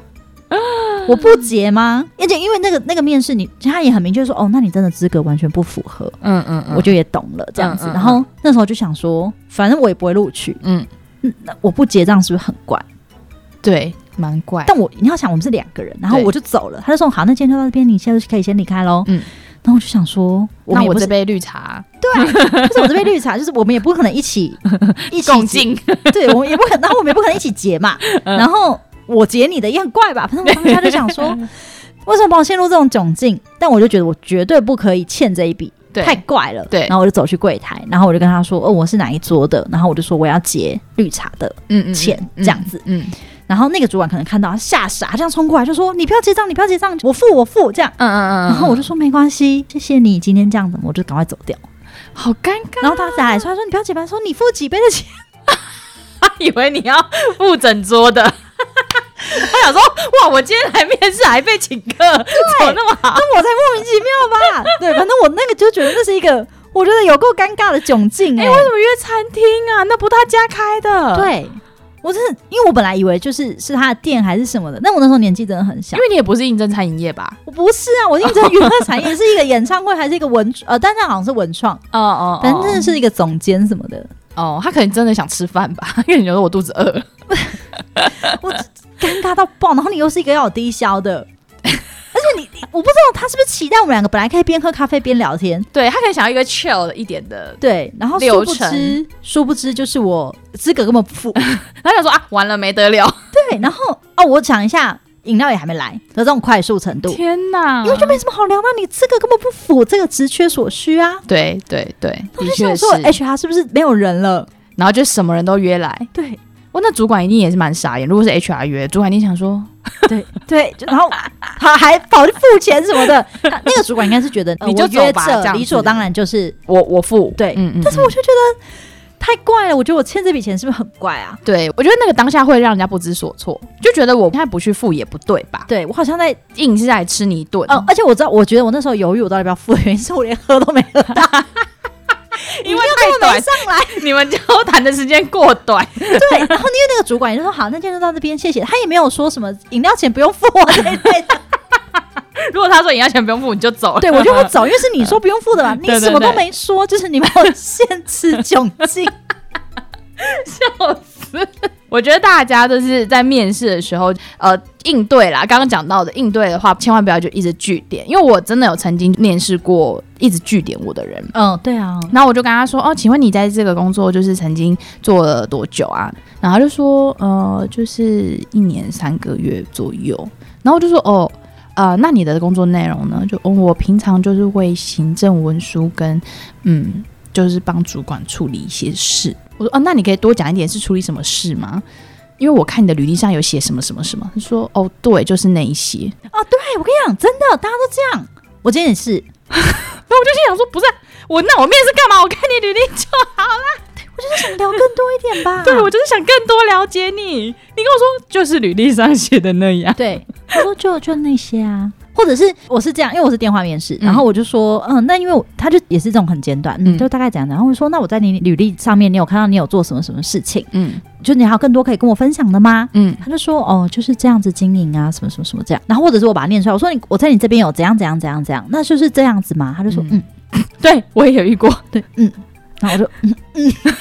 [SPEAKER 2] 我不结吗？而且因为那个那个面试你，他也很明确说，哦，那你真的资格完全不符合，
[SPEAKER 1] 嗯嗯嗯，
[SPEAKER 2] 我就也懂了这样子。
[SPEAKER 1] 嗯嗯嗯
[SPEAKER 2] 然后那时候就想说，反正我也不会录取，
[SPEAKER 1] 嗯
[SPEAKER 2] 那我不结账是不是很怪？
[SPEAKER 1] 对，蛮怪。
[SPEAKER 2] 但我你要想，我们是两个人，然后
[SPEAKER 1] 对
[SPEAKER 2] 我就走了，他就说好，那今天就到这边，你现在就可以先离开喽。
[SPEAKER 1] 嗯
[SPEAKER 2] 嗯，然后我就想说，我
[SPEAKER 1] 那
[SPEAKER 2] 们也
[SPEAKER 1] 我
[SPEAKER 2] 不
[SPEAKER 1] 这
[SPEAKER 2] 是，
[SPEAKER 1] 杯绿茶
[SPEAKER 2] 就是我这边绿茶，就是我们也不可能一起 一起
[SPEAKER 1] 共
[SPEAKER 2] 结
[SPEAKER 1] 进，
[SPEAKER 2] 对，我们也不可能，然后我们也不可能一起结嘛。
[SPEAKER 1] 嗯
[SPEAKER 2] 然后我结你的也很怪吧？反正我当时就 想说，为什么把我陷入这种窘境？但我就觉得我绝对不可以欠这一笔，
[SPEAKER 1] 对，嗯
[SPEAKER 2] 太怪了。
[SPEAKER 1] 对
[SPEAKER 2] 然后我就走去柜台，然后我就跟他说，哦，我是哪一桌的？然后我就说我要结绿茶的。
[SPEAKER 1] 嗯嗯
[SPEAKER 2] 浅
[SPEAKER 1] 嗯
[SPEAKER 2] 这样子
[SPEAKER 1] 嗯嗯
[SPEAKER 2] 然后那个主管可能看到，他吓傻，他这样冲过来就说：“你不要结账，你不要结账，我付，我付。”这样。
[SPEAKER 1] 嗯嗯，
[SPEAKER 2] 然后我就说没关系，谢谢你今天这样子，我就赶快走掉。
[SPEAKER 1] 好尴尬，
[SPEAKER 2] 然后他下来说：“他说你不要结吧，说你付几杯的钱。”
[SPEAKER 1] 他 以为你要付整桌 的。他想说，哇，我今天来面试还被请客，怎么那么好？
[SPEAKER 2] 那我才莫名其 妙吧？对，反正我那个就觉得这是一个我觉得有够尴尬的窘境哎、
[SPEAKER 1] 哎、为什么约餐厅啊？那不是他家开的。
[SPEAKER 2] 对，我真的，因为我本来以为就是是他的店还是什么的，但我那时候年纪真的很小
[SPEAKER 1] 因。为你也不是应征餐饮业吧？
[SPEAKER 2] 我不是啊，我应征娱乐产业是一个演唱会，还是一个文 呃，但那好像是文创，
[SPEAKER 1] 哦哦
[SPEAKER 2] 反正真的是一个总监什么的。
[SPEAKER 1] 哦，他可能真的想吃饭吧， 因为你觉得我肚子饿了。
[SPEAKER 2] 我尴尬到爆，然后你又是一个要有低消的，而且你你我不知道他是不是期待我们两个本来可以边喝咖啡边聊天，
[SPEAKER 1] 对他可能想要一个 chill 的一点的，
[SPEAKER 2] 对，然后殊
[SPEAKER 1] 流
[SPEAKER 2] 不
[SPEAKER 1] 程
[SPEAKER 2] 知殊不知就是我资格根本不符，
[SPEAKER 1] 他想说啊，完了没得了，
[SPEAKER 2] 对，然后哦，我讲一下，饮料也还没来的这种快速程度，
[SPEAKER 1] 天啊哪
[SPEAKER 2] 因为就没什么好聊啊到，你资格根本不符这个职缺所需啊。
[SPEAKER 1] 对对对，
[SPEAKER 2] 我
[SPEAKER 1] 的
[SPEAKER 2] 就
[SPEAKER 1] 确
[SPEAKER 2] 想
[SPEAKER 1] 是
[SPEAKER 2] 说。，HR 是不是没有人了？
[SPEAKER 1] 然后就什么人都约来，
[SPEAKER 2] 对
[SPEAKER 1] 我那主管一定也是蛮傻眼。如果是 HR 约，主管一定想说，
[SPEAKER 2] 对对，就然后他还跑去付钱什么 的，他那个主管应该是觉得、呃、
[SPEAKER 1] 你就
[SPEAKER 2] 我约
[SPEAKER 1] 走吧这
[SPEAKER 2] 这
[SPEAKER 1] 样
[SPEAKER 2] 理所
[SPEAKER 1] 子
[SPEAKER 2] 当然就是
[SPEAKER 1] 我我付，
[SPEAKER 2] 对
[SPEAKER 1] 嗯嗯，
[SPEAKER 2] 但是我就觉得太怪了，我觉得我欠这笔钱是不是很怪啊？
[SPEAKER 1] 对我觉得那个当下会让人家不知所措，就觉得我现在不去付也不对吧，
[SPEAKER 2] 对我好像在，
[SPEAKER 1] 硬是来吃你一顿。
[SPEAKER 2] 呃，而且我知道，我觉得我那时候犹豫我到底要不要付 的原因是我连喝都没喝到，
[SPEAKER 1] 因为
[SPEAKER 2] 根
[SPEAKER 1] 太
[SPEAKER 2] 本没
[SPEAKER 1] 短，
[SPEAKER 2] 上来。
[SPEAKER 1] 你们交谈的时间过 短，
[SPEAKER 2] 对，然后因为那个主管也就说好，那今天就到这边，谢谢。他也没有说什么饮料钱不用付啊，对对 对，
[SPEAKER 1] 如果他说饮料钱不用付，你就走了。
[SPEAKER 2] 对我就会走，因为是你说不用付的嘛，你
[SPEAKER 1] 对对
[SPEAKER 2] 什么都
[SPEAKER 1] 对
[SPEAKER 2] 没说，就是你把我限制窘 境。
[SPEAKER 1] 笑死！我觉得大家都是在面试的时候，呃，应对啦，刚刚讲到的应对的话，千万不要就一直据点，因为我真的有曾经面试过一直据点我的人。
[SPEAKER 2] 嗯，对啊，
[SPEAKER 1] 然后我就跟他说：“哦，请问你在这个工作就是曾经做了多久啊？”然后他就说：“呃，就是一年三个月左右。”然后我就说：“哦，呃，那你的工作内容呢？就哦，我平常就是会行政文书跟嗯，就是帮主管处理一些事。”我说：“哦，那你可以多讲一点是处理什么事吗？”因为我看你的履历上有写什么什么什么，他说哦，对，就是那一些。
[SPEAKER 2] 哦，对我跟你讲，真的，大家都这样。我今天也是，
[SPEAKER 1] 那我就心想说，不是啊我，那我面试干嘛？我看你履历就好了。
[SPEAKER 2] 我就是想聊更多一点 吧。
[SPEAKER 1] 对，我就是想更多了解你。你跟我说，就是履历上写的那样。
[SPEAKER 2] 对，他说就就那些啊，或者是我是这样，因为我是电话面试，
[SPEAKER 1] 嗯
[SPEAKER 2] 然后我就说，嗯，那因为我他就也是这种很简短，嗯，
[SPEAKER 1] 嗯
[SPEAKER 2] 就大概讲，然后我说，那我在你履历上面，你有看到你有做什么什么事情？
[SPEAKER 1] 嗯
[SPEAKER 2] 就你还有更多可以跟我分享的吗？
[SPEAKER 1] 嗯
[SPEAKER 2] 他就说，哦，就是这样子经营啊，什么什么什么这样。然后或者是我把它念出来，我说你，我在你这边有怎样怎样怎样怎样，那就是这样子嘛。他就说，
[SPEAKER 1] 嗯
[SPEAKER 2] 嗯，
[SPEAKER 1] 对我也有遇过。
[SPEAKER 2] 对，嗯，然后我就嗯嗯。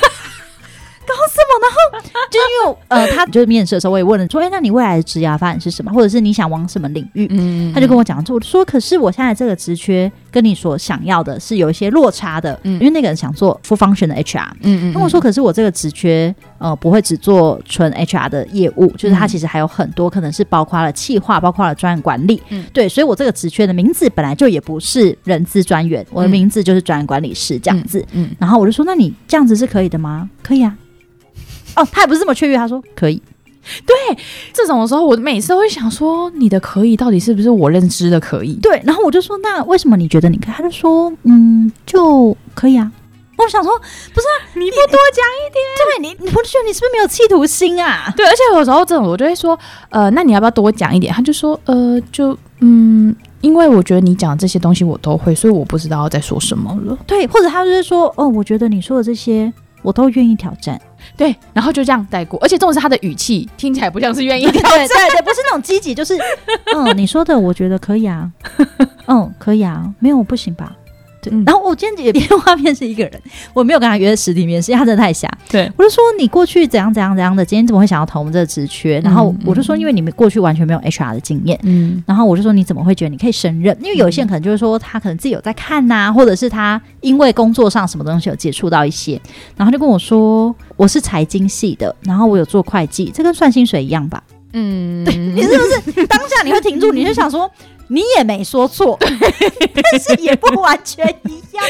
[SPEAKER 2] 搞什么？然后就因为我呃，他就是面试的时候，我也问了说，哎、那你未来的职涯发展是什么，或者是你想往什么领域？
[SPEAKER 1] 嗯
[SPEAKER 2] 他就跟我讲，我说可是我现在这个职缺跟你所想要的是有一些落差的，
[SPEAKER 1] 嗯
[SPEAKER 2] 因为那个人想做 full function 的 HR，
[SPEAKER 1] 嗯
[SPEAKER 2] 跟我说，可是我这个职缺呃不会只做纯 HR 的业务，就是它
[SPEAKER 1] 嗯
[SPEAKER 2] 其实还有很多可能是包括了企划，包括了专案管理，
[SPEAKER 1] 嗯
[SPEAKER 2] 对，所以我这个职缺的名字本来就也不是人资专员，我的
[SPEAKER 1] 嗯
[SPEAKER 2] 名字就是专案管理师这样子，
[SPEAKER 1] 嗯
[SPEAKER 2] 然后我就说，那你这样子是可以的吗？可以啊。哦，他也不是这么雀跃，他说可以，
[SPEAKER 1] 这种的时候，我每次都会想说，你的可以到底是不是我认知的可以？
[SPEAKER 2] 对，然后我就说那为什么你觉得你可以？他就说嗯就可以啊。我想说不是啊，
[SPEAKER 1] 你
[SPEAKER 2] 不多讲一点，对你你不觉得你是不是没有企图心啊？
[SPEAKER 1] 对，而且有时候这种我就会说，呃，那你要不要多讲一点？他就说，呃，就嗯，因为我觉得你讲这些东西我都会，所以我不知道要在说什么了。
[SPEAKER 2] 对，或者他就是说哦，我觉得你说的这些我都愿意挑战，
[SPEAKER 1] 对，然后就这样带过。而且重点是他的语气听起来不像是愿意
[SPEAKER 2] 对对
[SPEAKER 1] 挑战。
[SPEAKER 2] 对，不是那种积极，就是 嗯你说的我觉得可以 啊，嗯可以啊，没有不行吧？对，
[SPEAKER 1] 嗯
[SPEAKER 2] 然后我今天也电话面试一个人， 我没有跟他约实体面试，因为他真的太瞎，
[SPEAKER 1] 对，
[SPEAKER 2] 我就说你过去怎样怎样怎样的，今天怎么会想要投我们这个职缺？然后
[SPEAKER 1] 嗯
[SPEAKER 2] 我就说，因为你们过去完全没有 HR 的经验。
[SPEAKER 1] 嗯
[SPEAKER 2] 然后我就说你怎么会觉得你可以胜任？因为有一些人可能就是说他可能自己有在看呐、或者是他因为工作上什么东西有接触到一些，然后他就跟我说我是财经系的，然后我有做会计，这跟算薪水一样吧？
[SPEAKER 1] 嗯，
[SPEAKER 2] 你是不是当下你会停住？你就想说你也没说错，但是也不完全一样。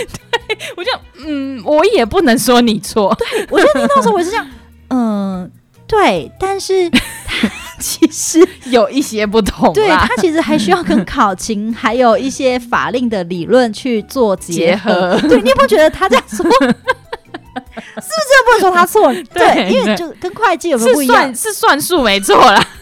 [SPEAKER 1] 我就嗯，我也不能说你错，
[SPEAKER 2] 我觉得听到的时候我也是这样，嗯、对，但是他 其实
[SPEAKER 1] 有一些不同
[SPEAKER 2] 对
[SPEAKER 1] 啦，
[SPEAKER 2] 它其实还需要 跟考勤还有一些法令的理论去做结
[SPEAKER 1] 结
[SPEAKER 2] 合。
[SPEAKER 1] 合
[SPEAKER 2] 对，你有没有觉得他这样说，是不 是真的不能说他错？对，
[SPEAKER 1] 对
[SPEAKER 2] 因为
[SPEAKER 1] 对
[SPEAKER 2] 就跟会计有没有不
[SPEAKER 1] 是
[SPEAKER 2] 一样
[SPEAKER 1] 算？是算数没错啦。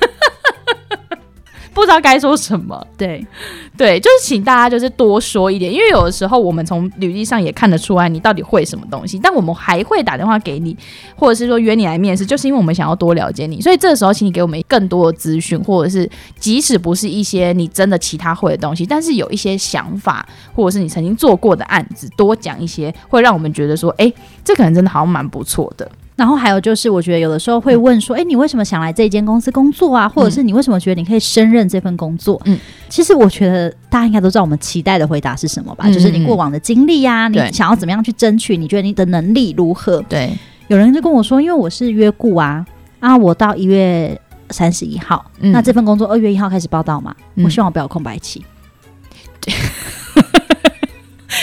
[SPEAKER 1] 不知道该说什么。
[SPEAKER 2] 对，
[SPEAKER 1] 对，就是请大家就是多说一点，因为有的时候我们从履历上也看得出来你到底会什么东西，但我们还会打电话给你，或者是说约你来面试，就是因为我们想要多了解你。所以这个时候，请你给我们更多的资讯，或者是即使不是一些你真的其他会的东西，但是有一些想法，或者是你曾经做过的案子，多讲一些，会让我们觉得说，哎，这可能真的好像蛮不错的。
[SPEAKER 2] 然后还有就是，我觉得有的时候会问说，哎、你为什么想来这间公司工作啊？或者是你为什么觉得你可以胜任这份工作？
[SPEAKER 1] 嗯
[SPEAKER 2] 嗯，其实我觉得大家应该都知道我们期待的回答是什么吧？
[SPEAKER 1] 嗯
[SPEAKER 2] 就是你过往的经历呀、你
[SPEAKER 1] 对
[SPEAKER 2] 想要怎么样去争取？你觉得你的能力如何？
[SPEAKER 1] 对，
[SPEAKER 2] 有人就跟我说，因为我是约雇啊，啊，我到一月三十一号，
[SPEAKER 1] 嗯
[SPEAKER 2] 那这份工作二月一号开始报道嘛，
[SPEAKER 1] 嗯
[SPEAKER 2] 我希望我不要有空白期。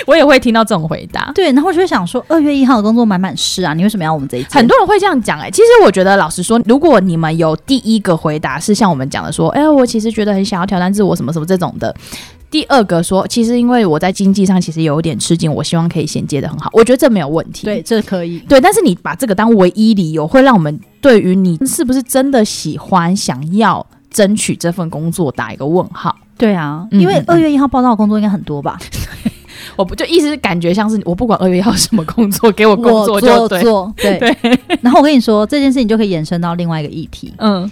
[SPEAKER 1] 我也会听到这种回答。
[SPEAKER 2] 对，然后我就会想说，二月一号的工作满满是啊，你为什么要我们这一间？
[SPEAKER 1] 很多人会这样讲哎、其实我觉得，老实说，如果你们有第一个回答是像我们讲的说，哎、我其实觉得很想要挑战自我什么什么这种的。第二个说，其实因为我在经济上其实有一点吃紧，我希望可以衔接的很好，我觉得这没有问题。
[SPEAKER 2] 对，这可以。
[SPEAKER 1] 对，但是你把这个当唯一理由，会让我们对于你是不是真的喜欢、想要争取这份工作打一个问号。
[SPEAKER 2] 对啊，
[SPEAKER 1] 嗯
[SPEAKER 2] 因为
[SPEAKER 1] 嗯
[SPEAKER 2] 二月一号报道的工作应该很多吧？
[SPEAKER 1] 我不就意思是感觉像是我不管二月要什么工作，给我工作
[SPEAKER 2] 我
[SPEAKER 1] 就
[SPEAKER 2] 做
[SPEAKER 1] 对，
[SPEAKER 2] 做对。然后我跟你说，这件事情就可以延伸到另外一个议题，
[SPEAKER 1] 嗯，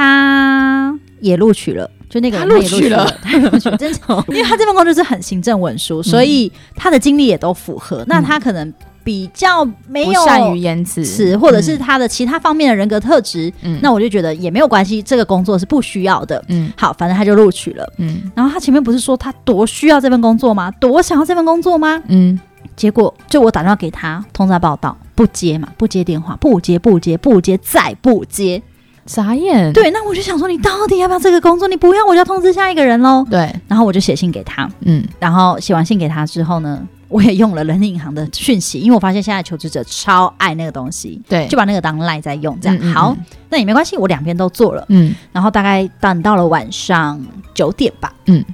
[SPEAKER 2] 他也录取了。就那个人
[SPEAKER 1] 他录
[SPEAKER 2] 也
[SPEAKER 1] 取
[SPEAKER 2] 取
[SPEAKER 1] 了
[SPEAKER 2] 了，他也录取 了，真是，因为他这份工作是很行政文书，所以他的经历也都符合。那他可能比较没
[SPEAKER 1] 嗯不
[SPEAKER 2] 有
[SPEAKER 1] 善于言辞，
[SPEAKER 2] 是，或者是他的其他方面的人格特质，
[SPEAKER 1] 嗯
[SPEAKER 2] 那我就觉得也没有关系，这个工作是不需要的。
[SPEAKER 1] 嗯
[SPEAKER 2] 好，反正他就录取了。
[SPEAKER 1] 嗯
[SPEAKER 2] 然后他前面不是说他多需要这份工作吗？多想要这份工作吗？
[SPEAKER 1] 嗯，
[SPEAKER 2] 结果就我打电话给他，通知他报道，不接嘛，不接电话，不接，不接，不接，再不接。
[SPEAKER 1] 傻眼，
[SPEAKER 2] 对，那我就想说，你到底要不要这个工作？你不要，我就要通知下一个人喽。
[SPEAKER 1] 对，
[SPEAKER 2] 然后我就写信给他，
[SPEAKER 1] 嗯
[SPEAKER 2] 然后写完信给他之后呢，我也用了人力银行的讯息，因为我发现现在求职者超爱那个东西，
[SPEAKER 1] 对，
[SPEAKER 2] 就把那个当赖在用。这样、
[SPEAKER 1] 嗯嗯
[SPEAKER 2] 好，那也没关系，我两边都做了。
[SPEAKER 1] 嗯
[SPEAKER 2] 然后大概等到了晚上九点吧，
[SPEAKER 1] 嗯，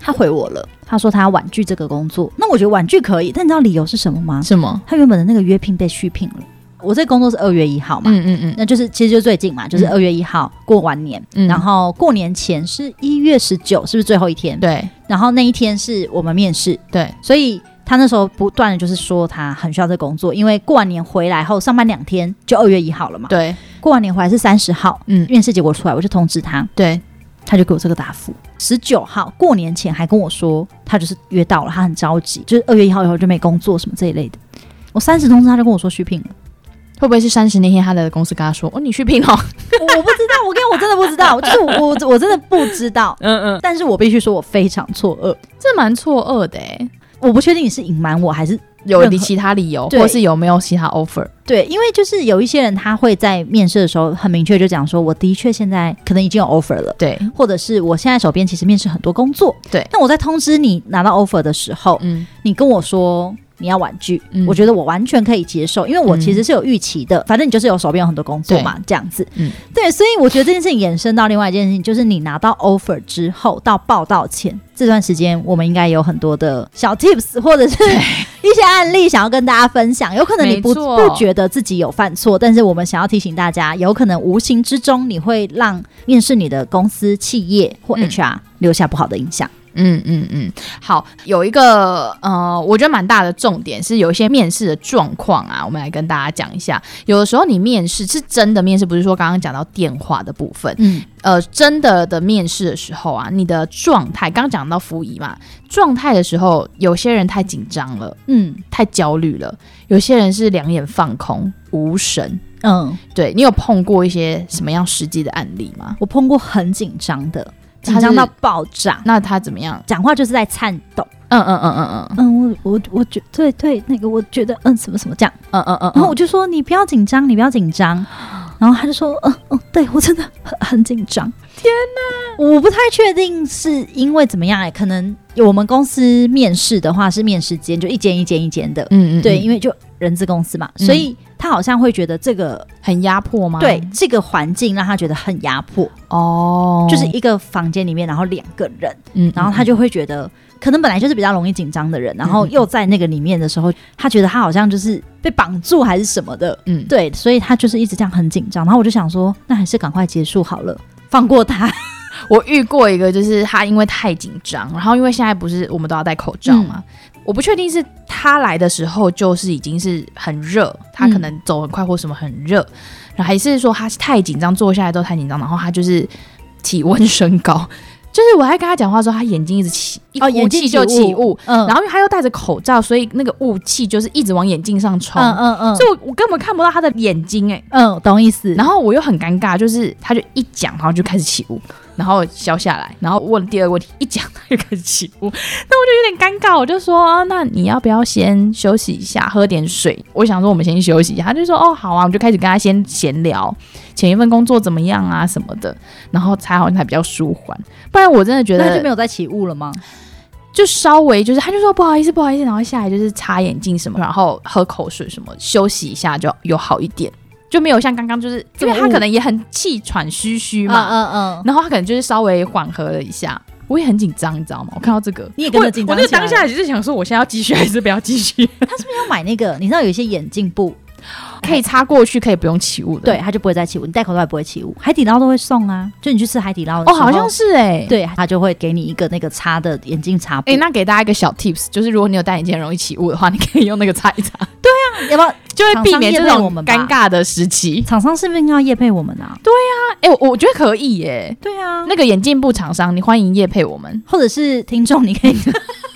[SPEAKER 2] 他回我了，他说他要婉拒这个工作。那我觉得婉拒可以，但你知道理由是什么吗？
[SPEAKER 1] 什么？
[SPEAKER 2] 他原本的那个约聘被续聘了。我这工作是二月一号嘛，
[SPEAKER 1] 嗯嗯嗯
[SPEAKER 2] 那就是其实就最近嘛，就是
[SPEAKER 1] 嗯
[SPEAKER 2] 二月一号、过完年，
[SPEAKER 1] 嗯
[SPEAKER 2] 然后过年前是一月十九，是不是最后一天？，
[SPEAKER 1] 对
[SPEAKER 2] 然后那一天是我们面试，
[SPEAKER 1] 对，
[SPEAKER 2] 所以。他那时候不断的就是说他很需要这工作，因为过完年回来后上班两天就二月一号了嘛，
[SPEAKER 1] 对，
[SPEAKER 2] 过完年回来是三十号，
[SPEAKER 1] 嗯，
[SPEAKER 2] 面试结果出来我就通知他，
[SPEAKER 1] 对，
[SPEAKER 2] 他就给我这个答复。十九号过年前还跟我说，他就是约到了，他很着急，就是二月一号以后就没工作什么这一类的。我三十通知他就跟我说续聘了，
[SPEAKER 1] 会不会是三十那天他的公司跟他说，哦，你去拼哦？
[SPEAKER 2] 我我不知道，我跟你我真的不知 道，就是我我我真的不知道。
[SPEAKER 1] 嗯嗯，
[SPEAKER 2] 但是我必须说，我非常错愕，
[SPEAKER 1] 这蛮错愕的哎，
[SPEAKER 2] 我不确定你是隐瞒我还是
[SPEAKER 1] 有
[SPEAKER 2] 任何
[SPEAKER 1] 理其他理由，
[SPEAKER 2] 对
[SPEAKER 1] 或是有没有其他 offer？
[SPEAKER 2] 对，因为就是有一些人他会在面试的时候很明确就讲说，我的确现在可能已经有 offer 了。
[SPEAKER 1] 对，
[SPEAKER 2] 或者是我现在手边其实面试很多工作，
[SPEAKER 1] 对
[SPEAKER 2] 那我在通知你拿到 offer 的时候，
[SPEAKER 1] 嗯
[SPEAKER 2] 你跟我说你要婉拒，
[SPEAKER 1] 嗯
[SPEAKER 2] 我觉得我完全可以接受，因为我
[SPEAKER 1] 嗯
[SPEAKER 2] 其实是有预期的，反正你就是有手边有很多工作嘛，这样子。
[SPEAKER 1] 嗯
[SPEAKER 2] 对，所以我觉得这件事情延伸到另外一件事情，就是你拿到 offer 之后到报道前这段时间，我们应该有很多的小 tips 或者是一些案例想要跟大家分享。有可能你不
[SPEAKER 1] 没错
[SPEAKER 2] 不觉得自己有犯错，但是我们想要提醒大家，有可能无形之中你会让面试你的公司、企业或
[SPEAKER 1] 嗯
[SPEAKER 2] HR、留下不好的影响。
[SPEAKER 1] 嗯嗯嗯，好，有一个呃，我觉得蛮大的重点是有一些面试的状况啊，我们来跟大家讲一下。有的时候你面试是真的面试，不是说刚刚讲到电话的部分，
[SPEAKER 2] 嗯，
[SPEAKER 1] 呃，真的的面试的时候啊，你的状态，刚讲到服仪嘛，状态的时候，有些人太紧张了，
[SPEAKER 2] 嗯
[SPEAKER 1] 太焦虑了，有些人是两眼放空，无神。
[SPEAKER 2] 嗯，
[SPEAKER 1] 对你有碰过一些什么样实际的案例吗？
[SPEAKER 2] 我碰过很紧张的，
[SPEAKER 1] 他
[SPEAKER 2] 紧张
[SPEAKER 1] 是
[SPEAKER 2] 到爆炸，
[SPEAKER 1] 那他怎么样？
[SPEAKER 2] 讲话就是在颤抖。
[SPEAKER 1] 嗯嗯嗯嗯嗯
[SPEAKER 2] 嗯，我我我觉对对，那个我觉得嗯什么什么这样，
[SPEAKER 1] 嗯嗯嗯，
[SPEAKER 2] 然后我就说你不要紧张，你不要紧张。 然后他就说，嗯嗯，对我真的很很紧张。天哪，我不太确定是因为怎么样哎、可能我们公司面试的话是面试间，就一间一间一间的，
[SPEAKER 1] 嗯嗯，
[SPEAKER 2] 对，
[SPEAKER 1] 为
[SPEAKER 2] 因为就人资公司嘛，
[SPEAKER 1] 嗯
[SPEAKER 2] 所以他好像会觉得这个、呃
[SPEAKER 1] 很压迫吗？
[SPEAKER 2] 对这个环境让他觉得很压迫，
[SPEAKER 1] 哦，
[SPEAKER 2] 就是一个房间里面，然后两个人。
[SPEAKER 1] 嗯，
[SPEAKER 2] 然后他
[SPEAKER 1] 就
[SPEAKER 2] 就会觉得，可能本来就是比较容易紧张的人，然后
[SPEAKER 1] 嗯嗯
[SPEAKER 2] 又在那个里面的时候，他觉得他好像就是被绑住还是什么的，
[SPEAKER 1] 嗯对
[SPEAKER 2] 对，所以他就是一直这样很紧张。然后我就想说，那还是赶快结束好了，放过他。
[SPEAKER 1] 我遇过一个，就是他因为太紧张，然后因为现在不是我们都要戴口罩嘛，
[SPEAKER 2] 嗯
[SPEAKER 1] 我不确定是他来的时候就是已经是很热，他可能走很快或什么很热，然后还是说他太紧张，坐下来都太紧张，然后他就是体温升高。 就是我在跟他讲话的时候，他眼睛一直起，一
[SPEAKER 2] 哦，眼
[SPEAKER 1] 股
[SPEAKER 2] 睛
[SPEAKER 1] 气就起雾，
[SPEAKER 2] 嗯，
[SPEAKER 1] 然后因为他又戴着口罩，所以那个雾气就是一直往眼镜上冲，
[SPEAKER 2] 嗯嗯嗯
[SPEAKER 1] 所以我我根本看不到他的眼睛哎、
[SPEAKER 2] 嗯，懂意思。
[SPEAKER 1] 然后我又很尴尬，就是他就一讲，然后就开始起雾，然后消下来，然后问第二个问题，一讲他就开始起雾， 那我就有点尴尬，我就说、啊那你要不要先休息一下，喝点水？我想说我们先休息一下，他就说哦好啊，我就开始跟他先闲聊，前一份工作怎么样啊什么的，然后才好像才比较舒缓，不然我真的觉
[SPEAKER 2] 那
[SPEAKER 1] 得
[SPEAKER 2] 他就没有再起雾了吗？
[SPEAKER 1] 就稍微就是，他就说不好意思，不好意思，然后下来就是擦眼镜什么，然后喝口水什么，休息一下就有好一点，就没有像刚刚就是，
[SPEAKER 2] 这
[SPEAKER 1] 因
[SPEAKER 2] 么
[SPEAKER 1] 为他
[SPEAKER 2] 雾
[SPEAKER 1] 可能也很气喘吁吁
[SPEAKER 2] 嗯
[SPEAKER 1] 嘛，
[SPEAKER 2] 嗯嗯，
[SPEAKER 1] 然后他可能就是稍微缓和了一下。我也很紧张，你知道吗？我看到这个，
[SPEAKER 2] 你也跟着
[SPEAKER 1] 我
[SPEAKER 2] 紧张
[SPEAKER 1] 我那
[SPEAKER 2] 起来
[SPEAKER 1] 当下就是想说，我现在要继续还是不要继续？
[SPEAKER 2] 要买那个，你知道有一些眼镜布，
[SPEAKER 1] 可以擦过去，可以不用起雾的。
[SPEAKER 2] 对，它就不会再起雾，你戴口罩也不会起雾。海底捞都会送啊，就你去吃海底捞的
[SPEAKER 1] 哦，
[SPEAKER 2] 时候
[SPEAKER 1] 好像是哎、欸。
[SPEAKER 2] 对，它就会给你一个那个擦的眼镜擦布。
[SPEAKER 1] 哎、那给大家一个小 tips，就是如果你有戴眼镜很容易起雾的话，你可以用那个擦一擦，
[SPEAKER 2] 要不要
[SPEAKER 1] 就会避免这
[SPEAKER 2] 厂商业配
[SPEAKER 1] 种
[SPEAKER 2] 我们吧
[SPEAKER 1] 尴尬的时期。
[SPEAKER 2] 厂商是不是应该要夜配我们啊？
[SPEAKER 1] 哎、我我觉得可以耶、
[SPEAKER 2] 对啊
[SPEAKER 1] 那个眼镜布厂商，你欢迎叶配我们。
[SPEAKER 2] 或者是听众，你可以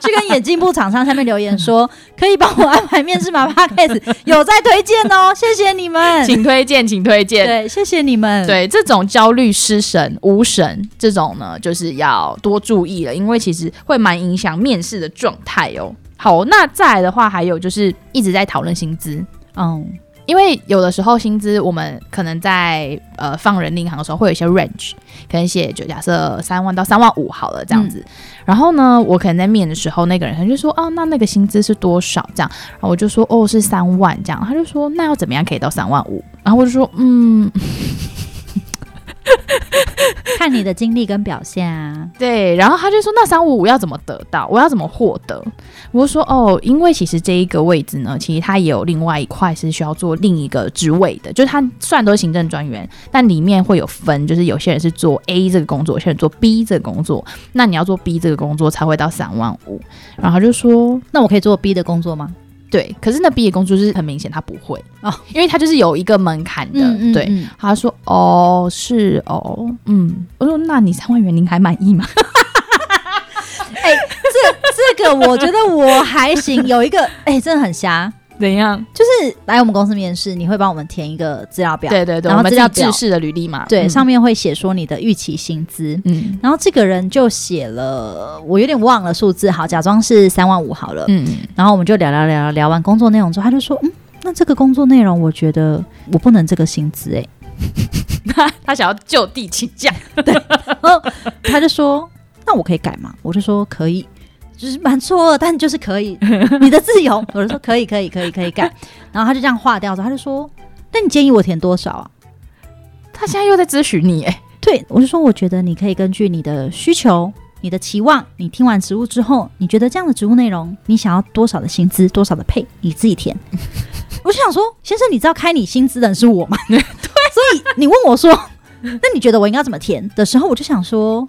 [SPEAKER 2] 去跟眼镜部厂商下面留言 说，可以帮我安排面试吗 p o d c a s 有在推荐哦，谢谢你们，
[SPEAKER 1] 请推荐，请推荐。
[SPEAKER 2] 对，谢谢你们，，
[SPEAKER 1] 对，这种焦虑、失神、无神这种呢，就是要多注意了，因为其实会蛮影响面试的状态哦。好，那再来的话，还有就是一直在讨论薪资，
[SPEAKER 2] 嗯
[SPEAKER 1] 因为有的时候薪资我们可能在呃放人力银行的时候会有一些 range，可能写就假设三万到三万五好了这样子。然后呢，我可能在面的时候，那个人他就说哦，那那个薪资是多少这样？然后我就说哦是三万这样，他就说那要怎么样可以到三万五？然后我就说嗯
[SPEAKER 2] 看你的经历跟表现啊，
[SPEAKER 1] 对，然后他就说那三五五要怎么得到？我要怎么获得？我就说哦，因为其实这一个位置呢，其实它也有另外一块是需要做另一个职位的，就是它虽然都是行政专员，但里面会有分，就是有些人是做 A 这个工作，有些人做 B 这个工作，那你要做 B 这个工作才会到三万五。然后他就说
[SPEAKER 2] 那我可以做 B 的工作吗？
[SPEAKER 1] 对，可是那 B 的工作就是很明显他不会
[SPEAKER 2] 哦
[SPEAKER 1] 因为他就是有一个门槛的，对。
[SPEAKER 2] 嗯
[SPEAKER 1] 他说：“哦，是哦，嗯。”我说：“那你三万元您还满意吗？”
[SPEAKER 2] 这个我觉得我还行，有一个 哎、真的很瞎，
[SPEAKER 1] 怎样？
[SPEAKER 2] 就是来我们公司面试，你会帮我们填一个资料表，
[SPEAKER 1] 对对对，
[SPEAKER 2] 然后
[SPEAKER 1] 我
[SPEAKER 2] 资
[SPEAKER 1] 们自己
[SPEAKER 2] 料
[SPEAKER 1] 制
[SPEAKER 2] 表
[SPEAKER 1] 式的履历嘛，
[SPEAKER 2] 对，
[SPEAKER 1] 嗯
[SPEAKER 2] 上面会写说你的预期薪资，
[SPEAKER 1] 嗯
[SPEAKER 2] 然后这个人就写了，我有点忘了数字，好，假装是三万五好了。
[SPEAKER 1] 嗯，
[SPEAKER 2] 然后我们就聊聊聊聊完工作内容之后，他就说，嗯，那这个工作内容，我觉得我不能这个薪资、 欸，
[SPEAKER 1] 他想要就地请假，
[SPEAKER 2] 他就说，那我可以改吗？我就说可以，就是蛮错愕，但就是可以，你的自由。我就说可以，可以，可以，可以改。然后他就这样划掉之后，他就说，那你建议我填多少啊？
[SPEAKER 1] 他现在又在咨询你哎，
[SPEAKER 2] 对，我就说，我觉得你可以根据你的需求、你的期望，你听完职务之后，你觉得这样的职务内容，你想要多少的薪资、多少的配，你自己 填。我就想说，先生，你知道开你薪资的人是 我吗？对，所以你问我说， 那你觉得我应该怎么填的时候，我就想说，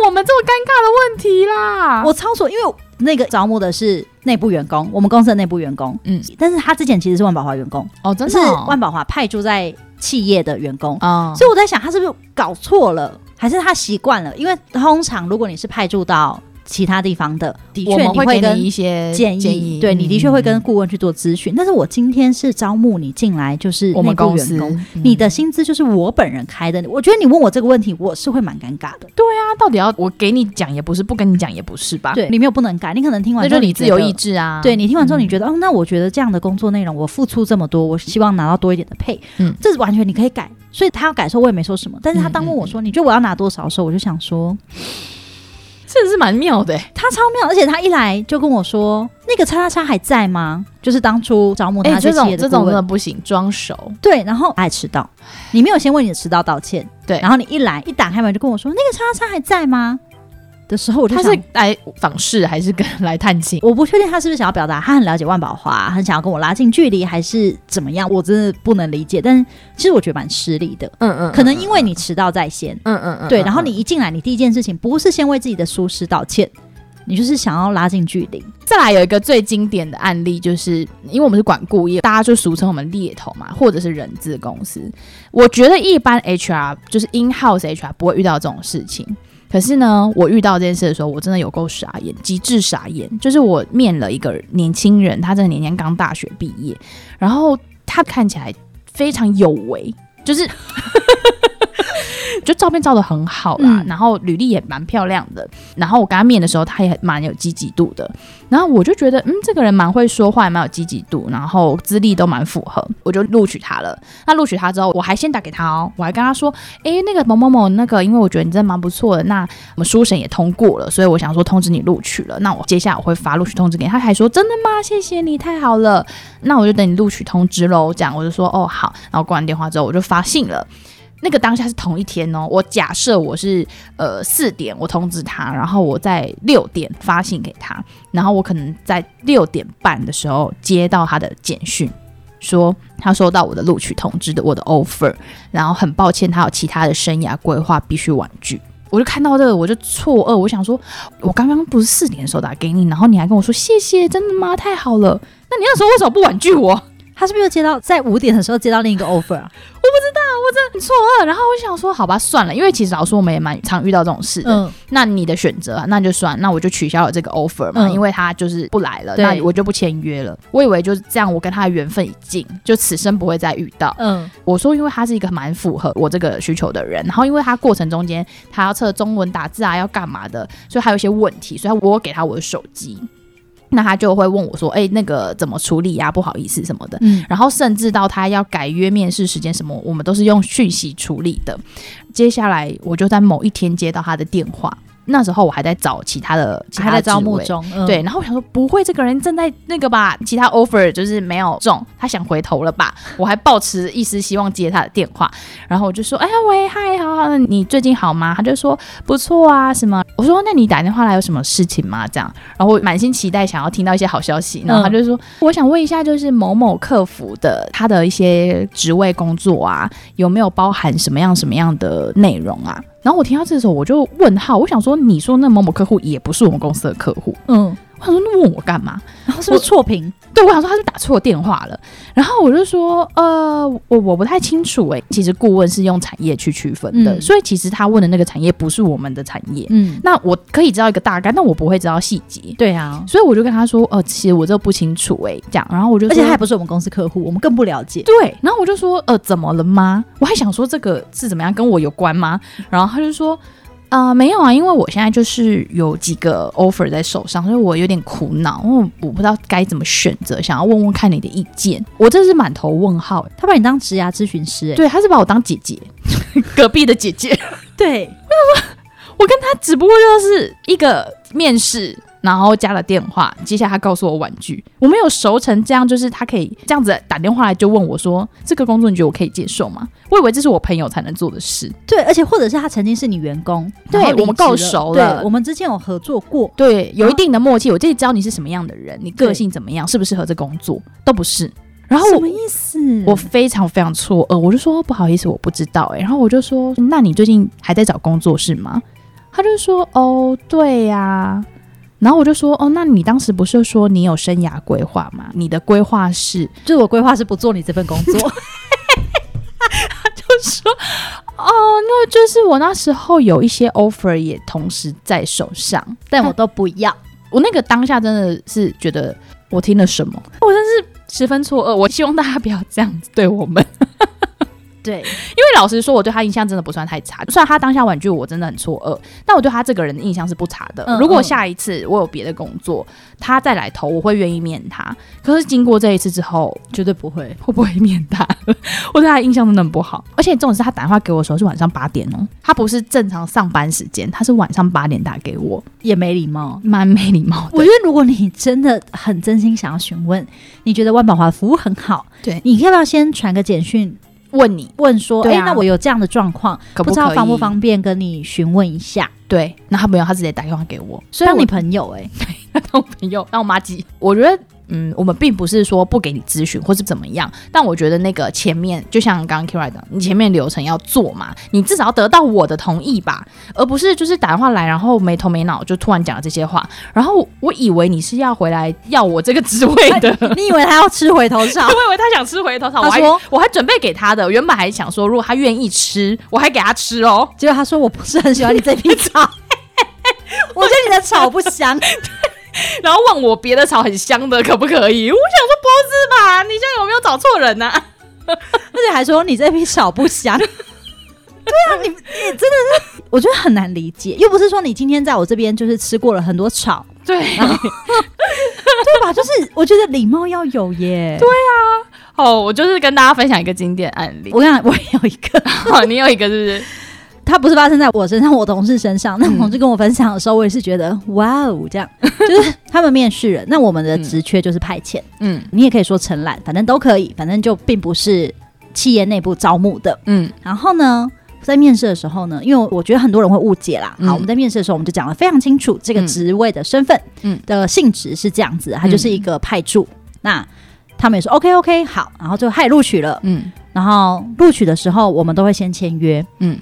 [SPEAKER 1] 问我们这么尴尬的问题啦，
[SPEAKER 2] 我操作，因为那个招募的是内部员工，我们公司的内部员工，
[SPEAKER 1] 嗯
[SPEAKER 2] 但是他之前其实是万宝华员工，
[SPEAKER 1] 哦，真
[SPEAKER 2] 是
[SPEAKER 1] 的哦
[SPEAKER 2] 万宝华派驻在企业的员工，
[SPEAKER 1] 啊，
[SPEAKER 2] 所以我在想，他是不是搞错了，还是他习惯了？因为通常如果你是派驻到其他地方的，的
[SPEAKER 1] 我
[SPEAKER 2] 确
[SPEAKER 1] 们
[SPEAKER 2] 你
[SPEAKER 1] 会给
[SPEAKER 2] 跟
[SPEAKER 1] 你一些
[SPEAKER 2] 建议，
[SPEAKER 1] 议，
[SPEAKER 2] 对你的确会跟
[SPEAKER 1] 嗯
[SPEAKER 2] 顾问去做咨询。但是我今天是招募你进来，就是
[SPEAKER 1] 我
[SPEAKER 2] 内
[SPEAKER 1] 们
[SPEAKER 2] 部
[SPEAKER 1] 公
[SPEAKER 2] 员
[SPEAKER 1] 司
[SPEAKER 2] 工。，
[SPEAKER 1] 嗯
[SPEAKER 2] 你的薪资就是我本人开的，我觉得你问我这个问题，我是会蛮尴尬的。
[SPEAKER 1] 他到底要我给你讲也不是，不跟你讲也不是吧？，
[SPEAKER 2] 对，你没有不能改，你可能听完之
[SPEAKER 1] 啊那就
[SPEAKER 2] 后
[SPEAKER 1] 你自由
[SPEAKER 2] 觉得
[SPEAKER 1] 意志啊。
[SPEAKER 2] 对你听完之后，
[SPEAKER 1] 嗯
[SPEAKER 2] 你觉得、哦，那我觉得这样的工作内容，我付出这么多，我希望拿到多一点的配，
[SPEAKER 1] 嗯嗯
[SPEAKER 2] 嗯，这是完全你可以改。所以他要改的时候，我也没说什么。但是他当问我说、你觉得我要拿多少的时候，我就想说
[SPEAKER 1] 这是蛮妙的欸，
[SPEAKER 2] 他超妙，而且他一来就跟我说那个叉叉叉还在吗？就是当初招募他
[SPEAKER 1] 哎，
[SPEAKER 2] 去
[SPEAKER 1] 这
[SPEAKER 2] 企
[SPEAKER 1] 种
[SPEAKER 2] 业
[SPEAKER 1] 这
[SPEAKER 2] 的
[SPEAKER 1] 种
[SPEAKER 2] 顾
[SPEAKER 1] 真的
[SPEAKER 2] 问，
[SPEAKER 1] 不行，装熟，
[SPEAKER 2] 对，然后他还迟到，你没有先为你的迟到道歉，
[SPEAKER 1] 对
[SPEAKER 2] 然后你一来一打开门就跟我说那个叉叉叉还在吗？的时候，我就
[SPEAKER 1] 他
[SPEAKER 2] 想
[SPEAKER 1] 是来访视还是跟 来探亲？
[SPEAKER 2] 我不确定他是不是想要表达他很了解万宝华，很想要跟我拉近距离，还是怎么样？我真的不能理解。但是其实我觉得蛮失礼的，
[SPEAKER 1] 嗯嗯
[SPEAKER 2] 可能因为你迟到在先，
[SPEAKER 1] 嗯嗯嗯
[SPEAKER 2] 对，然后你一进来，你第一件事情不是先为自己的疏失道歉，你就是想要拉近距离。
[SPEAKER 1] 再来有一个最经典的案例，就是因为我们是管顾业，大家就俗称我们猎头嘛，或者是人资公司。我觉得一般 HR 就是 in house HR 不会遇到这种事情。可是呢，我遇到这件事的时候，我真的有够傻眼，极致傻眼。就是我面了一个年轻人，他真的年年刚大学毕业，然后他看起来非常有为，就是 就照片照的很好啦，
[SPEAKER 2] 嗯
[SPEAKER 1] 然后履历也蛮漂亮的。然后我跟他面的时候，他也蛮有积极度的。然后我就觉得，嗯，这个人蛮会说话，也蛮有积极度，然后资历都蛮符合，我就录取他了。那录取他之后，我还先打给他哦，我还跟他说，诶，那个某某某那个，因为我觉得你真的蛮不错的，那我们初审也通过了，所以我想说通知你录取了。那我接下来我会发录取通知给你。他还说真的吗？谢谢你，太好了。那我就等你录取通知喽。这样我就说哦好，然后挂完电话之后我就发信了。那个当下是同一天哦，我假设我是呃四点我通知他，然后我在六点发信给他，然后我可能在六点半的时候接到他的简讯，说他收到我的录取通知的我的 offer，然后很抱歉他有其他的生涯规划必须婉拒。我就看到这个，我就错愕，我想说，我刚刚不是四点的时候打给你，然后你还跟我说谢谢，真的吗？太好了，那你那时候为什么不婉拒我？
[SPEAKER 2] 他是不是又接到在五点的时候接到另一个 offer 啊？
[SPEAKER 1] 很错愕，然后我想说，好吧，算了，因为其实老实说我们也蛮常遇到这种事的。
[SPEAKER 2] 嗯，
[SPEAKER 1] 那你的选择，那就算，那我就取消了这个 offer 嘛，
[SPEAKER 2] 嗯
[SPEAKER 1] 因为他就是不来了，
[SPEAKER 2] 对
[SPEAKER 1] 那我就不签约了。我以为就是这样，我跟他的缘分已尽，就此生不会再遇到。
[SPEAKER 2] 嗯，
[SPEAKER 1] 我说，因为他是一个蛮符合我这个需求的人，然后因为他过程中间他要测中文打字啊，要干嘛的，所以他有一些问题，所以我有给他我的手机，那他就会问我说，哎、那个怎么处理呀、不好意思什么的。
[SPEAKER 2] 嗯，
[SPEAKER 1] 然后甚至到他要改约面试时间什么，我们都是用讯息处理的。接下来我就在某一天接到他的电话，那时候我还在找其他的，其他
[SPEAKER 2] 还
[SPEAKER 1] 的
[SPEAKER 2] 在招
[SPEAKER 1] 职
[SPEAKER 2] 募
[SPEAKER 1] 位。
[SPEAKER 2] 中，嗯
[SPEAKER 1] 对，，然后我想说，不会这个人正在那个吧？其他 offer 就是没有中，他想回头了吧？我还抱持一丝希望接他的电话，然后我就说，哎呀喂，嗨，好好，你最近好吗？他就说不错啊，什么？我说那你打电话来有什么事情吗？这样，然后我满心期待想要听到一些好消息，然后他就说，我想问一下，就是某某客服的他的一些职位工作啊，有没有包含什么样什么样的内容啊？然后我听到这时候我就问号，我想说，你说那某某客户也不是我们公司的客户，
[SPEAKER 2] 嗯，
[SPEAKER 1] 我想说那问我干嘛？
[SPEAKER 2] 然后是不是错评？
[SPEAKER 1] 对我想说他是不是打错电话了，然后我就说呃我我不太清楚诶、其实顾问是用产业去区分的，
[SPEAKER 2] 嗯
[SPEAKER 1] 所以其实他问的那个产业不是我们的产业。
[SPEAKER 2] 嗯，
[SPEAKER 1] 那我可以知道一个大概，但我不会知道细节，
[SPEAKER 2] 对啊，
[SPEAKER 1] 所以我就跟他说呃其实我这不清楚诶、这样，然后我就
[SPEAKER 2] 而且
[SPEAKER 1] 说
[SPEAKER 2] 他也不是我们公司客户，我们更不了解。
[SPEAKER 1] 对，然后我就说，呃，怎么了吗？我还想说这个是怎么样跟我有关吗？然后他就说，呃，没有啊，因为我现在就是有几个 offer 在手上，所以我有点苦恼，因为我不知道该怎么选择，想要问问看你的意见。我真是满头问号。欸
[SPEAKER 2] 他把你当职涯咨询师、欸，
[SPEAKER 1] 对，他是把我当姐姐， 隔壁的姐姐。
[SPEAKER 2] 对，
[SPEAKER 1] 我跟他只不过就是一个面试，然后加了电话，接下来他告诉我婉拒，我没有熟成这样，就是他可以这样子打电话来就问我说，这个工作你觉得我可以接受吗？我以为这是我朋友才能做的事。
[SPEAKER 2] 对，而且或者是他曾经是你员工，
[SPEAKER 1] 对
[SPEAKER 2] 然后离职
[SPEAKER 1] 我们够熟了
[SPEAKER 2] 对我们之前有合作过，
[SPEAKER 1] 对，有一
[SPEAKER 2] 啊
[SPEAKER 1] 定的默契，我自己知道你是什么样的人，你个
[SPEAKER 2] 对
[SPEAKER 1] 性怎么样，适不适合这工作，都不是。然后
[SPEAKER 2] 什
[SPEAKER 1] 我
[SPEAKER 2] 么意思？
[SPEAKER 1] 我非常非常错愕，我就说哦不好意思，我不知道哎、然后我就说，那你最近还在找工作是吗？他就说，哦，对呀、然后我就说，哦，那你当时不是说你有生涯规划吗？你的规划是？
[SPEAKER 2] 就是我规划是不做你这份工 作，
[SPEAKER 1] 哦，那就是我那时候有一些 offer 也同时在手上，但
[SPEAKER 2] 但
[SPEAKER 1] 我、
[SPEAKER 2] 我都不要。
[SPEAKER 1] 我那个当下真的是觉得我听了什么，我真是十分错愕。我希望大家不要这样子对我们。
[SPEAKER 2] 对，
[SPEAKER 1] 因为老实说，我对他印象真的不算太差。虽然他当下婉拒我真的很错愕，但我对他这个人的印象是不差的。
[SPEAKER 2] 嗯
[SPEAKER 1] 如果下一次我有别的工作，他再来投，我会愿意面他。可是经过这一次之后，
[SPEAKER 2] 绝对不会。
[SPEAKER 1] 会不会面他？我对他的印象真的很不好。而且重点是他打电话给我的时候是晚上八点哦，
[SPEAKER 2] 嗯
[SPEAKER 1] 他不是正常上班时间，他是晚上八点打给我，
[SPEAKER 2] 也没礼貌。
[SPEAKER 1] 蛮没礼貌
[SPEAKER 2] 我
[SPEAKER 1] 的。
[SPEAKER 2] 觉得，如果你真的很真心想要询问，你觉得万宝华服务很好，
[SPEAKER 1] 对
[SPEAKER 2] 你要不要先传个简讯
[SPEAKER 1] 问你
[SPEAKER 2] 问说，
[SPEAKER 1] 对
[SPEAKER 2] 哎、
[SPEAKER 1] 啊
[SPEAKER 2] 那我有这样的状况，
[SPEAKER 1] 可
[SPEAKER 2] 不
[SPEAKER 1] 可
[SPEAKER 2] 知
[SPEAKER 1] 以，
[SPEAKER 2] 道方不方便跟你询问一下？
[SPEAKER 1] 对，那他没有，他直接打电话给我，所以
[SPEAKER 2] 当
[SPEAKER 1] 我
[SPEAKER 2] 你朋友、哎，
[SPEAKER 1] 当我朋友，当我妈鸡。我觉得，嗯，我们并不是说不给你咨询或是怎么样，但我觉得那个前面，就像刚刚 Kira 讲，你前面流程要做嘛，你至少要得到我的同意吧，而不是就是打电话来，然后没头没脑就突然讲了这些话，然后我以为你是要回来要我这个职位的。
[SPEAKER 2] 你以为他要吃回头草？
[SPEAKER 1] 哎 我以为他想吃回头草，我
[SPEAKER 2] 他
[SPEAKER 1] 还
[SPEAKER 2] 说
[SPEAKER 1] 我还准备给他的，原本还想说，如果他愿意吃，我还给他吃哦。
[SPEAKER 2] 结果他说我不是很喜欢你这批草， 我觉得你的草不香。
[SPEAKER 1] 然后问我别的草很香的可不可以？我想说不是吧，你现在有没有找错人啊呐、
[SPEAKER 2] 而且还说你这批草不香。 对啊，你你真的是，我觉得很难理解，又不是说你今天在我这边就是吃过了很多草，
[SPEAKER 1] 对，
[SPEAKER 2] 对吧？就是我觉得礼貌要有耶。对，
[SPEAKER 1] 哦，我就是跟大家分享一个经典案 例。
[SPEAKER 2] 我跟你讲，我也有一个，
[SPEAKER 1] 好，你有一个是
[SPEAKER 2] 他不是发生在我身上，我同事身上。那我同事跟我分享的时候，我也是觉得哇哦，这 样就是他们面试人，那我们的职缺就是派遣，
[SPEAKER 1] 不是？嗯
[SPEAKER 2] 你也可以说承揽，反正都可以，反正就并不是企业内部招募的。
[SPEAKER 1] 嗯
[SPEAKER 2] 然后呢，在面试的时候呢，因为我觉得很多人会误解啦。
[SPEAKER 1] 嗯
[SPEAKER 2] 好，我们在面试的时候，我们就讲的非常清楚，这个职位的身份，
[SPEAKER 1] 嗯
[SPEAKER 2] 的性质是这样子，啊它就是一个派驻。那他们也说 OK OK 好，然后就他也录取了。
[SPEAKER 1] 嗯
[SPEAKER 2] 然后录取的时候，我们都会先签约，
[SPEAKER 1] 嗯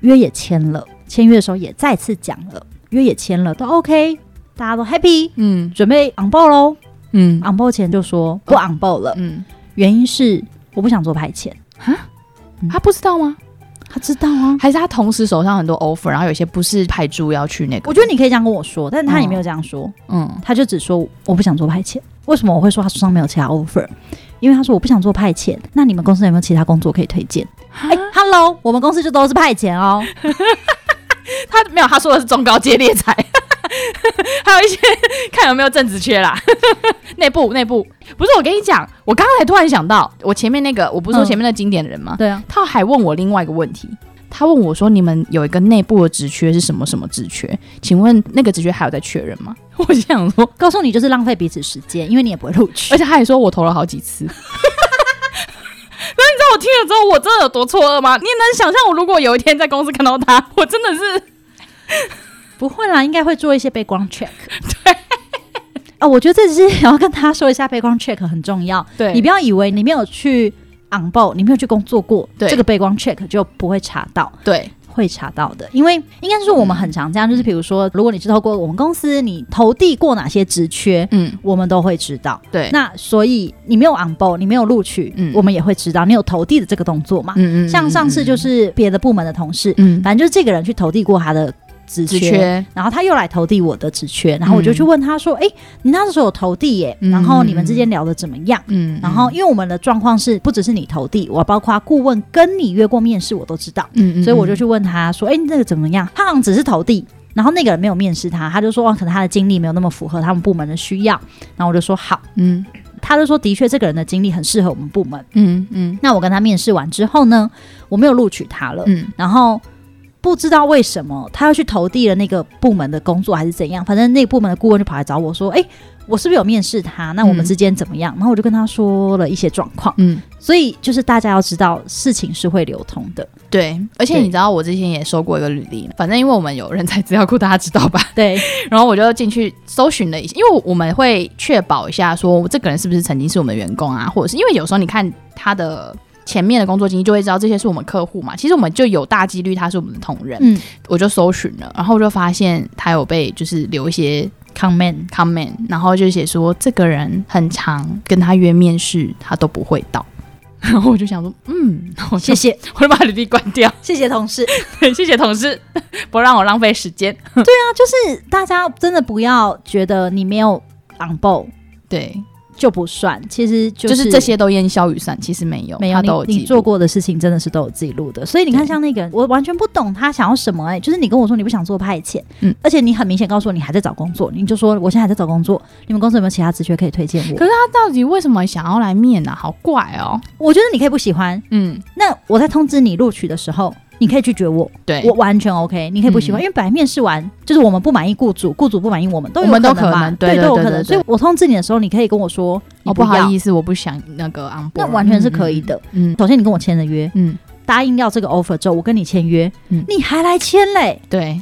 [SPEAKER 2] 约也签了，签约的时候也再次讲了，约也签了，都 OK，大家都 happy，
[SPEAKER 1] 嗯
[SPEAKER 2] 准备 on board 喽。
[SPEAKER 1] 嗯
[SPEAKER 2] on board 前就说不 on board 了，
[SPEAKER 1] 嗯，
[SPEAKER 2] 原因是我不想做派遣。
[SPEAKER 1] 他不知道吗？
[SPEAKER 2] 他知道啊，
[SPEAKER 1] 还是他同时手上很多 offer，然后有些不是派驻要去那个？
[SPEAKER 2] 我觉得你可以这样跟我说，但是他也没有这样说。
[SPEAKER 1] 嗯
[SPEAKER 2] 他就只说我不想做派遣。为什么我会说他手上没有其他 offer？因为他说我不想做派遣。那你们公司有没有其他工作可以推荐？哎、h e l l o 我们公司就都是派遣哦。
[SPEAKER 1] 他没有，他说的是中高阶猎才， 还有一些 看有没有正职缺啦， 内部内部不是我跟你讲，我刚才突然想到，我前面那个我不是说
[SPEAKER 2] 嗯
[SPEAKER 1] 前面的经典人吗？
[SPEAKER 2] 对啊，
[SPEAKER 1] 他还问我另外一个问题，他问我说：“你们有一个内部的职缺是什么什么职缺？请问那个职缺还有在确认吗？” 我就想说，
[SPEAKER 2] 告诉你就是浪费彼此时间，因为你也不会录取
[SPEAKER 1] 而。且他还说我投了好几次。那 你知道我听了之后，我真的有多错愕吗？你能想象我如果有一天在公司看到他， 我真的是
[SPEAKER 2] 不会啦，应该会做一些 background check。对。哦，我觉得这只是要跟他说一下，background check 很重要。
[SPEAKER 1] 对
[SPEAKER 2] 你不要以为你没有去 on board，你没有去工作过，
[SPEAKER 1] 对
[SPEAKER 2] 这个 background check 就不会查到。
[SPEAKER 1] 对
[SPEAKER 2] 会查到的，因为应该是说我们很常这样，就是比如说，如果你是透过我们公司，你投递过哪些职缺，
[SPEAKER 1] 嗯
[SPEAKER 2] 我们都会知道。
[SPEAKER 1] 对
[SPEAKER 2] 那所以你没有 on board，你没有录取，
[SPEAKER 1] 嗯
[SPEAKER 2] 我们也会知道你有投递的这个动作嘛。
[SPEAKER 1] 嗯
[SPEAKER 2] 像上次就是别的部门的同事，
[SPEAKER 1] 嗯
[SPEAKER 2] 反正就是这个人去投递过他的职缺，
[SPEAKER 1] 职缺
[SPEAKER 2] 然后他又来投递我的职缺，然后我就去问他说：“诶，你那时候有投递耶、
[SPEAKER 1] 嗯
[SPEAKER 2] 然后你们之间聊的怎么样？”
[SPEAKER 1] 嗯
[SPEAKER 2] 然后，因为我们的状况是，不只是你投递，我包括顾问跟你约过面试，我都知道。
[SPEAKER 1] 嗯
[SPEAKER 2] 所以我就去问他说：“哎、那个怎么样？”他好像只是投递，然后那个人没有面试他，他就说：“哦，可能他的经历没有那么符合他们部门的需要。”然后我就说：“好。
[SPEAKER 1] 嗯”
[SPEAKER 2] 他就说：“的确，这个人的经历很适合我们部门。
[SPEAKER 1] 嗯嗯”
[SPEAKER 2] 那我跟他面试完之后呢，我没有录取他了。
[SPEAKER 1] 嗯
[SPEAKER 2] 然后不知道为什么他要去投递了那个部门的工作还是怎样，反正那个部门的顾问就跑来找我说：“哎、我是不是有面试他？那我们
[SPEAKER 1] 嗯
[SPEAKER 2] 之间怎么样？”然后我就跟他说了一些状况。
[SPEAKER 1] 嗯，
[SPEAKER 2] 所以就是大家要知道，事情是会流通的。
[SPEAKER 1] 对。而且
[SPEAKER 2] 对
[SPEAKER 1] 你知道，我之前也收过一个履历，反正因为我们有人才资料库，大家知道吧？
[SPEAKER 2] 对，
[SPEAKER 1] 然后我就进去搜寻了一下，因为我们会确保一下，说这个人是不是曾经是我们的员工啊，或者是因为有时候你看他的前面的工作经历，就会知道这些是我们客户嘛。其实我们就有大几率他是我们的同仁，
[SPEAKER 2] 嗯
[SPEAKER 1] 我就搜寻了，然后我就发现他有被就是留一些
[SPEAKER 2] ，comment。
[SPEAKER 1] comment，然后就写说这个人很常跟他约面试，他都不会 到。然后我就想说，嗯，然后我就
[SPEAKER 2] 谢 谢，
[SPEAKER 1] 我就把履历关掉。
[SPEAKER 2] 谢谢同事。
[SPEAKER 1] 谢谢同事，不让我浪费时间。
[SPEAKER 2] 那就是大家真的不要觉得你没有 on board
[SPEAKER 1] 对，
[SPEAKER 2] 就不算，其实就、
[SPEAKER 1] 就是是这。些都烟消云散，其实没有，
[SPEAKER 2] 没有
[SPEAKER 1] 他
[SPEAKER 2] 你
[SPEAKER 1] 都有，记
[SPEAKER 2] 你
[SPEAKER 1] 录
[SPEAKER 2] 做过的事情真的是都有记录的，所以你看，
[SPEAKER 1] 对
[SPEAKER 2] 像那个人，我完全不懂他想要什么哎、就是你跟我说你不想做派遣，
[SPEAKER 1] 嗯
[SPEAKER 2] 嗯，而且你很明显告诉我你还在找工作，你就说我现在还在找工作，你们公司有没有其他职缺可以推荐我
[SPEAKER 1] 可？是他到底为什么想要来面呢、啊？好怪哦。
[SPEAKER 2] 我觉得你可以不喜欢，
[SPEAKER 1] 嗯
[SPEAKER 2] 那我在通知你录取的时候，你可以拒绝我，
[SPEAKER 1] 对，
[SPEAKER 2] 我完全 OK，你可以不喜欢，
[SPEAKER 1] 嗯
[SPEAKER 2] 因为本来面试完就是我们不满意雇主，雇主不满意我们，都有
[SPEAKER 1] 我们都
[SPEAKER 2] 能
[SPEAKER 1] 可
[SPEAKER 2] 嘛，
[SPEAKER 1] 能
[SPEAKER 2] 对，
[SPEAKER 1] 对
[SPEAKER 2] 都有
[SPEAKER 1] 对
[SPEAKER 2] 可
[SPEAKER 1] 对
[SPEAKER 2] 能。
[SPEAKER 1] 对
[SPEAKER 2] 所以我通知你的时候，你可以跟我说，你
[SPEAKER 1] 哦，不好
[SPEAKER 2] 思，
[SPEAKER 1] 意思，我不想那个 on board，
[SPEAKER 2] 那完全是可以的。
[SPEAKER 1] 嗯，嗯
[SPEAKER 2] 首先你跟我签了约，
[SPEAKER 1] 嗯，
[SPEAKER 2] 答应要这个 offer 之后，我跟你签约，
[SPEAKER 1] 嗯
[SPEAKER 2] 你还来签嘞，
[SPEAKER 1] 对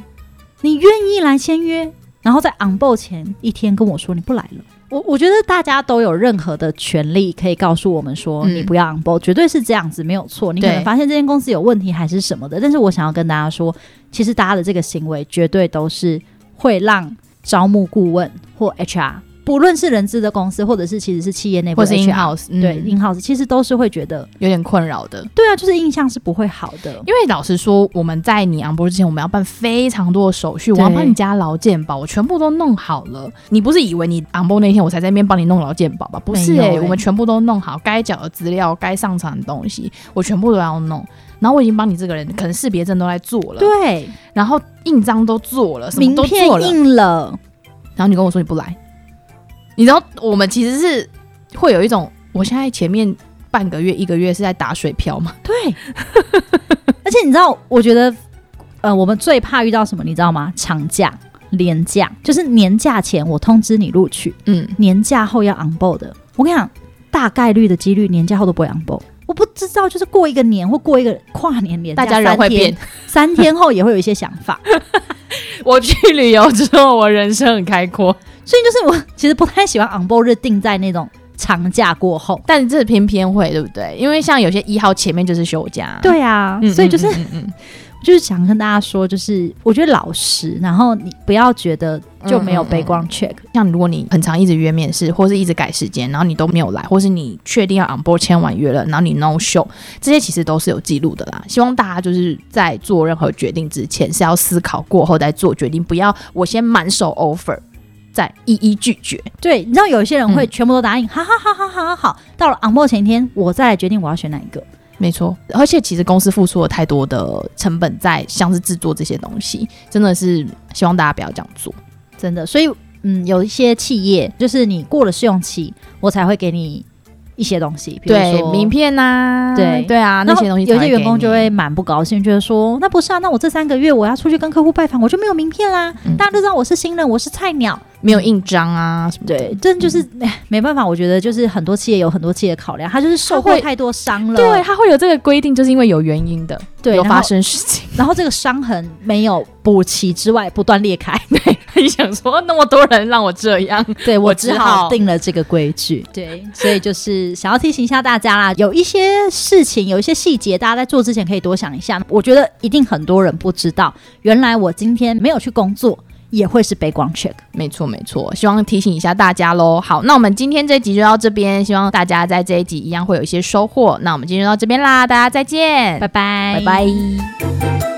[SPEAKER 2] 你愿意来签约，然后在 on board 前一天跟我说你不来了。我我觉得大家都有任何的权利可以告诉我们说，
[SPEAKER 1] 嗯
[SPEAKER 2] 你不要 on board，绝对是这样子，没有错。你可能
[SPEAKER 1] 对
[SPEAKER 2] 发现这间公司有问题还是什么的，但是我想要跟大家说，其实大家的这个行为绝对都是会让招募顾问或 HR，不论是人资的公司，或者是其实是企业内部
[SPEAKER 1] 或
[SPEAKER 2] 的
[SPEAKER 1] 是
[SPEAKER 2] HR，
[SPEAKER 1] in house，、嗯、
[SPEAKER 2] 对 in house，其实都是会觉得，
[SPEAKER 1] 有点困扰的。
[SPEAKER 2] 对啊，就是印象是不会好的。
[SPEAKER 1] 因为老实说，我们在你 on board 之前，我们要办非常多的手续，我
[SPEAKER 2] 对
[SPEAKER 1] 要帮你加劳健保，我全部都弄好了。你不是以为你 on board 那天我才在那边帮你弄劳健保吧？不是、
[SPEAKER 2] 没有
[SPEAKER 1] 欸，
[SPEAKER 2] 欸
[SPEAKER 1] 我们全部都弄好，该缴的资料、该上传的东西，我全部都要弄。然后我已经帮你这个人，可能识别证都在做了，
[SPEAKER 2] 对，
[SPEAKER 1] 然后印章都做了，什
[SPEAKER 2] 名
[SPEAKER 1] 么都
[SPEAKER 2] 片
[SPEAKER 1] 做了，
[SPEAKER 2] 印了，
[SPEAKER 1] 然后你跟我说你不来，你知道我们其实是会有一种，我现在前面半个月、一个月是在打水漂嘛，
[SPEAKER 2] 对。而且你知道，我觉得，呃，我们最怕遇到什么，你知道吗？长假、年假，就是年假前我通知你录取，
[SPEAKER 1] 嗯，
[SPEAKER 2] 年假后要 on board 的。我跟你讲，大概率的几率年假后都不会 on board。我不知道，就是过一个年或过一个跨年年假，
[SPEAKER 1] 大家人会变。
[SPEAKER 2] 三天，三天后也会有一些想法。
[SPEAKER 1] 我去旅游之后，我人生很开阔，
[SPEAKER 2] 所以就是我其实不太喜欢 on board 日定在那种长假过后。
[SPEAKER 1] 但这偏偏会，对不对？因为像有些一号前面就是休假，
[SPEAKER 2] 对啊，
[SPEAKER 1] 嗯，
[SPEAKER 2] 所以就是
[SPEAKER 1] 嗯嗯嗯
[SPEAKER 2] 就是想跟大家说，就是我觉得老实，然后你不要觉得就没有
[SPEAKER 1] 嗯嗯嗯
[SPEAKER 2] 背光 check，、
[SPEAKER 1] 像如果你很常一直约面试，或是一直改时间，然后你都没有来，或是你确定要 on board 签完约了，然后你 no show，这些其实都是有记录的啦。希望大家就是在做任何决定之前是要思考过后再做决定，不要我先满手 offer。再一一拒绝，
[SPEAKER 2] 对，你知道有一些人会
[SPEAKER 1] 嗯
[SPEAKER 2] 全部都答应，好好好好好好好，到了 on board 前一天，我再来决定我要选哪一个。
[SPEAKER 1] 没错。而且其实公司付出了太多的成本在像是制作这些东西，真的是希望大家不要这样做。
[SPEAKER 2] 真的，所以嗯，有一些企业就是你过了试用期，我才会给你一些东西，比如
[SPEAKER 1] 对，
[SPEAKER 2] 说
[SPEAKER 1] 名。片呐、
[SPEAKER 2] 对
[SPEAKER 1] 对啊，那
[SPEAKER 2] 然后
[SPEAKER 1] 些东西才
[SPEAKER 2] 有
[SPEAKER 1] 给你，
[SPEAKER 2] 一些员工就会蛮不高兴，觉得说那不是啊，那我这三个月我要出去跟客户拜访，我就没有名片啦，
[SPEAKER 1] 嗯
[SPEAKER 2] 大家都知道我是新人，我是菜鸟，
[SPEAKER 1] 没有印章啊什么的。
[SPEAKER 2] 对，真的就是、
[SPEAKER 1] 嗯
[SPEAKER 2] 哎没办法，我觉得就是很多企业有很多企业考量，他就是受过
[SPEAKER 1] 他会
[SPEAKER 2] 太多伤了，
[SPEAKER 1] 对，他会有这个规定，就是因为有原因的，
[SPEAKER 2] 对，
[SPEAKER 1] 有
[SPEAKER 2] 然后
[SPEAKER 1] 发生事情。
[SPEAKER 2] 然后这个伤痕没有补齐之外不断裂 开，
[SPEAKER 1] 你想说那么多人让我这样，
[SPEAKER 2] 对我
[SPEAKER 1] 我
[SPEAKER 2] 只
[SPEAKER 1] 只
[SPEAKER 2] 好
[SPEAKER 1] 好
[SPEAKER 2] 定了这个规矩。对，所以就是想要提醒一下大家啦，有一些事情，有一些细节，大家在做之前可以多想一下。我觉得一定很多人不知道，原来我今天没有去工作。也会是 background check。
[SPEAKER 1] 没错没错，希望提醒一下大家喽。好，那我们今天这集就到这边，希望大家在这一集一样会有一些收获。那我们今天就到这边啦，大家再见，
[SPEAKER 2] 拜拜，
[SPEAKER 1] 拜拜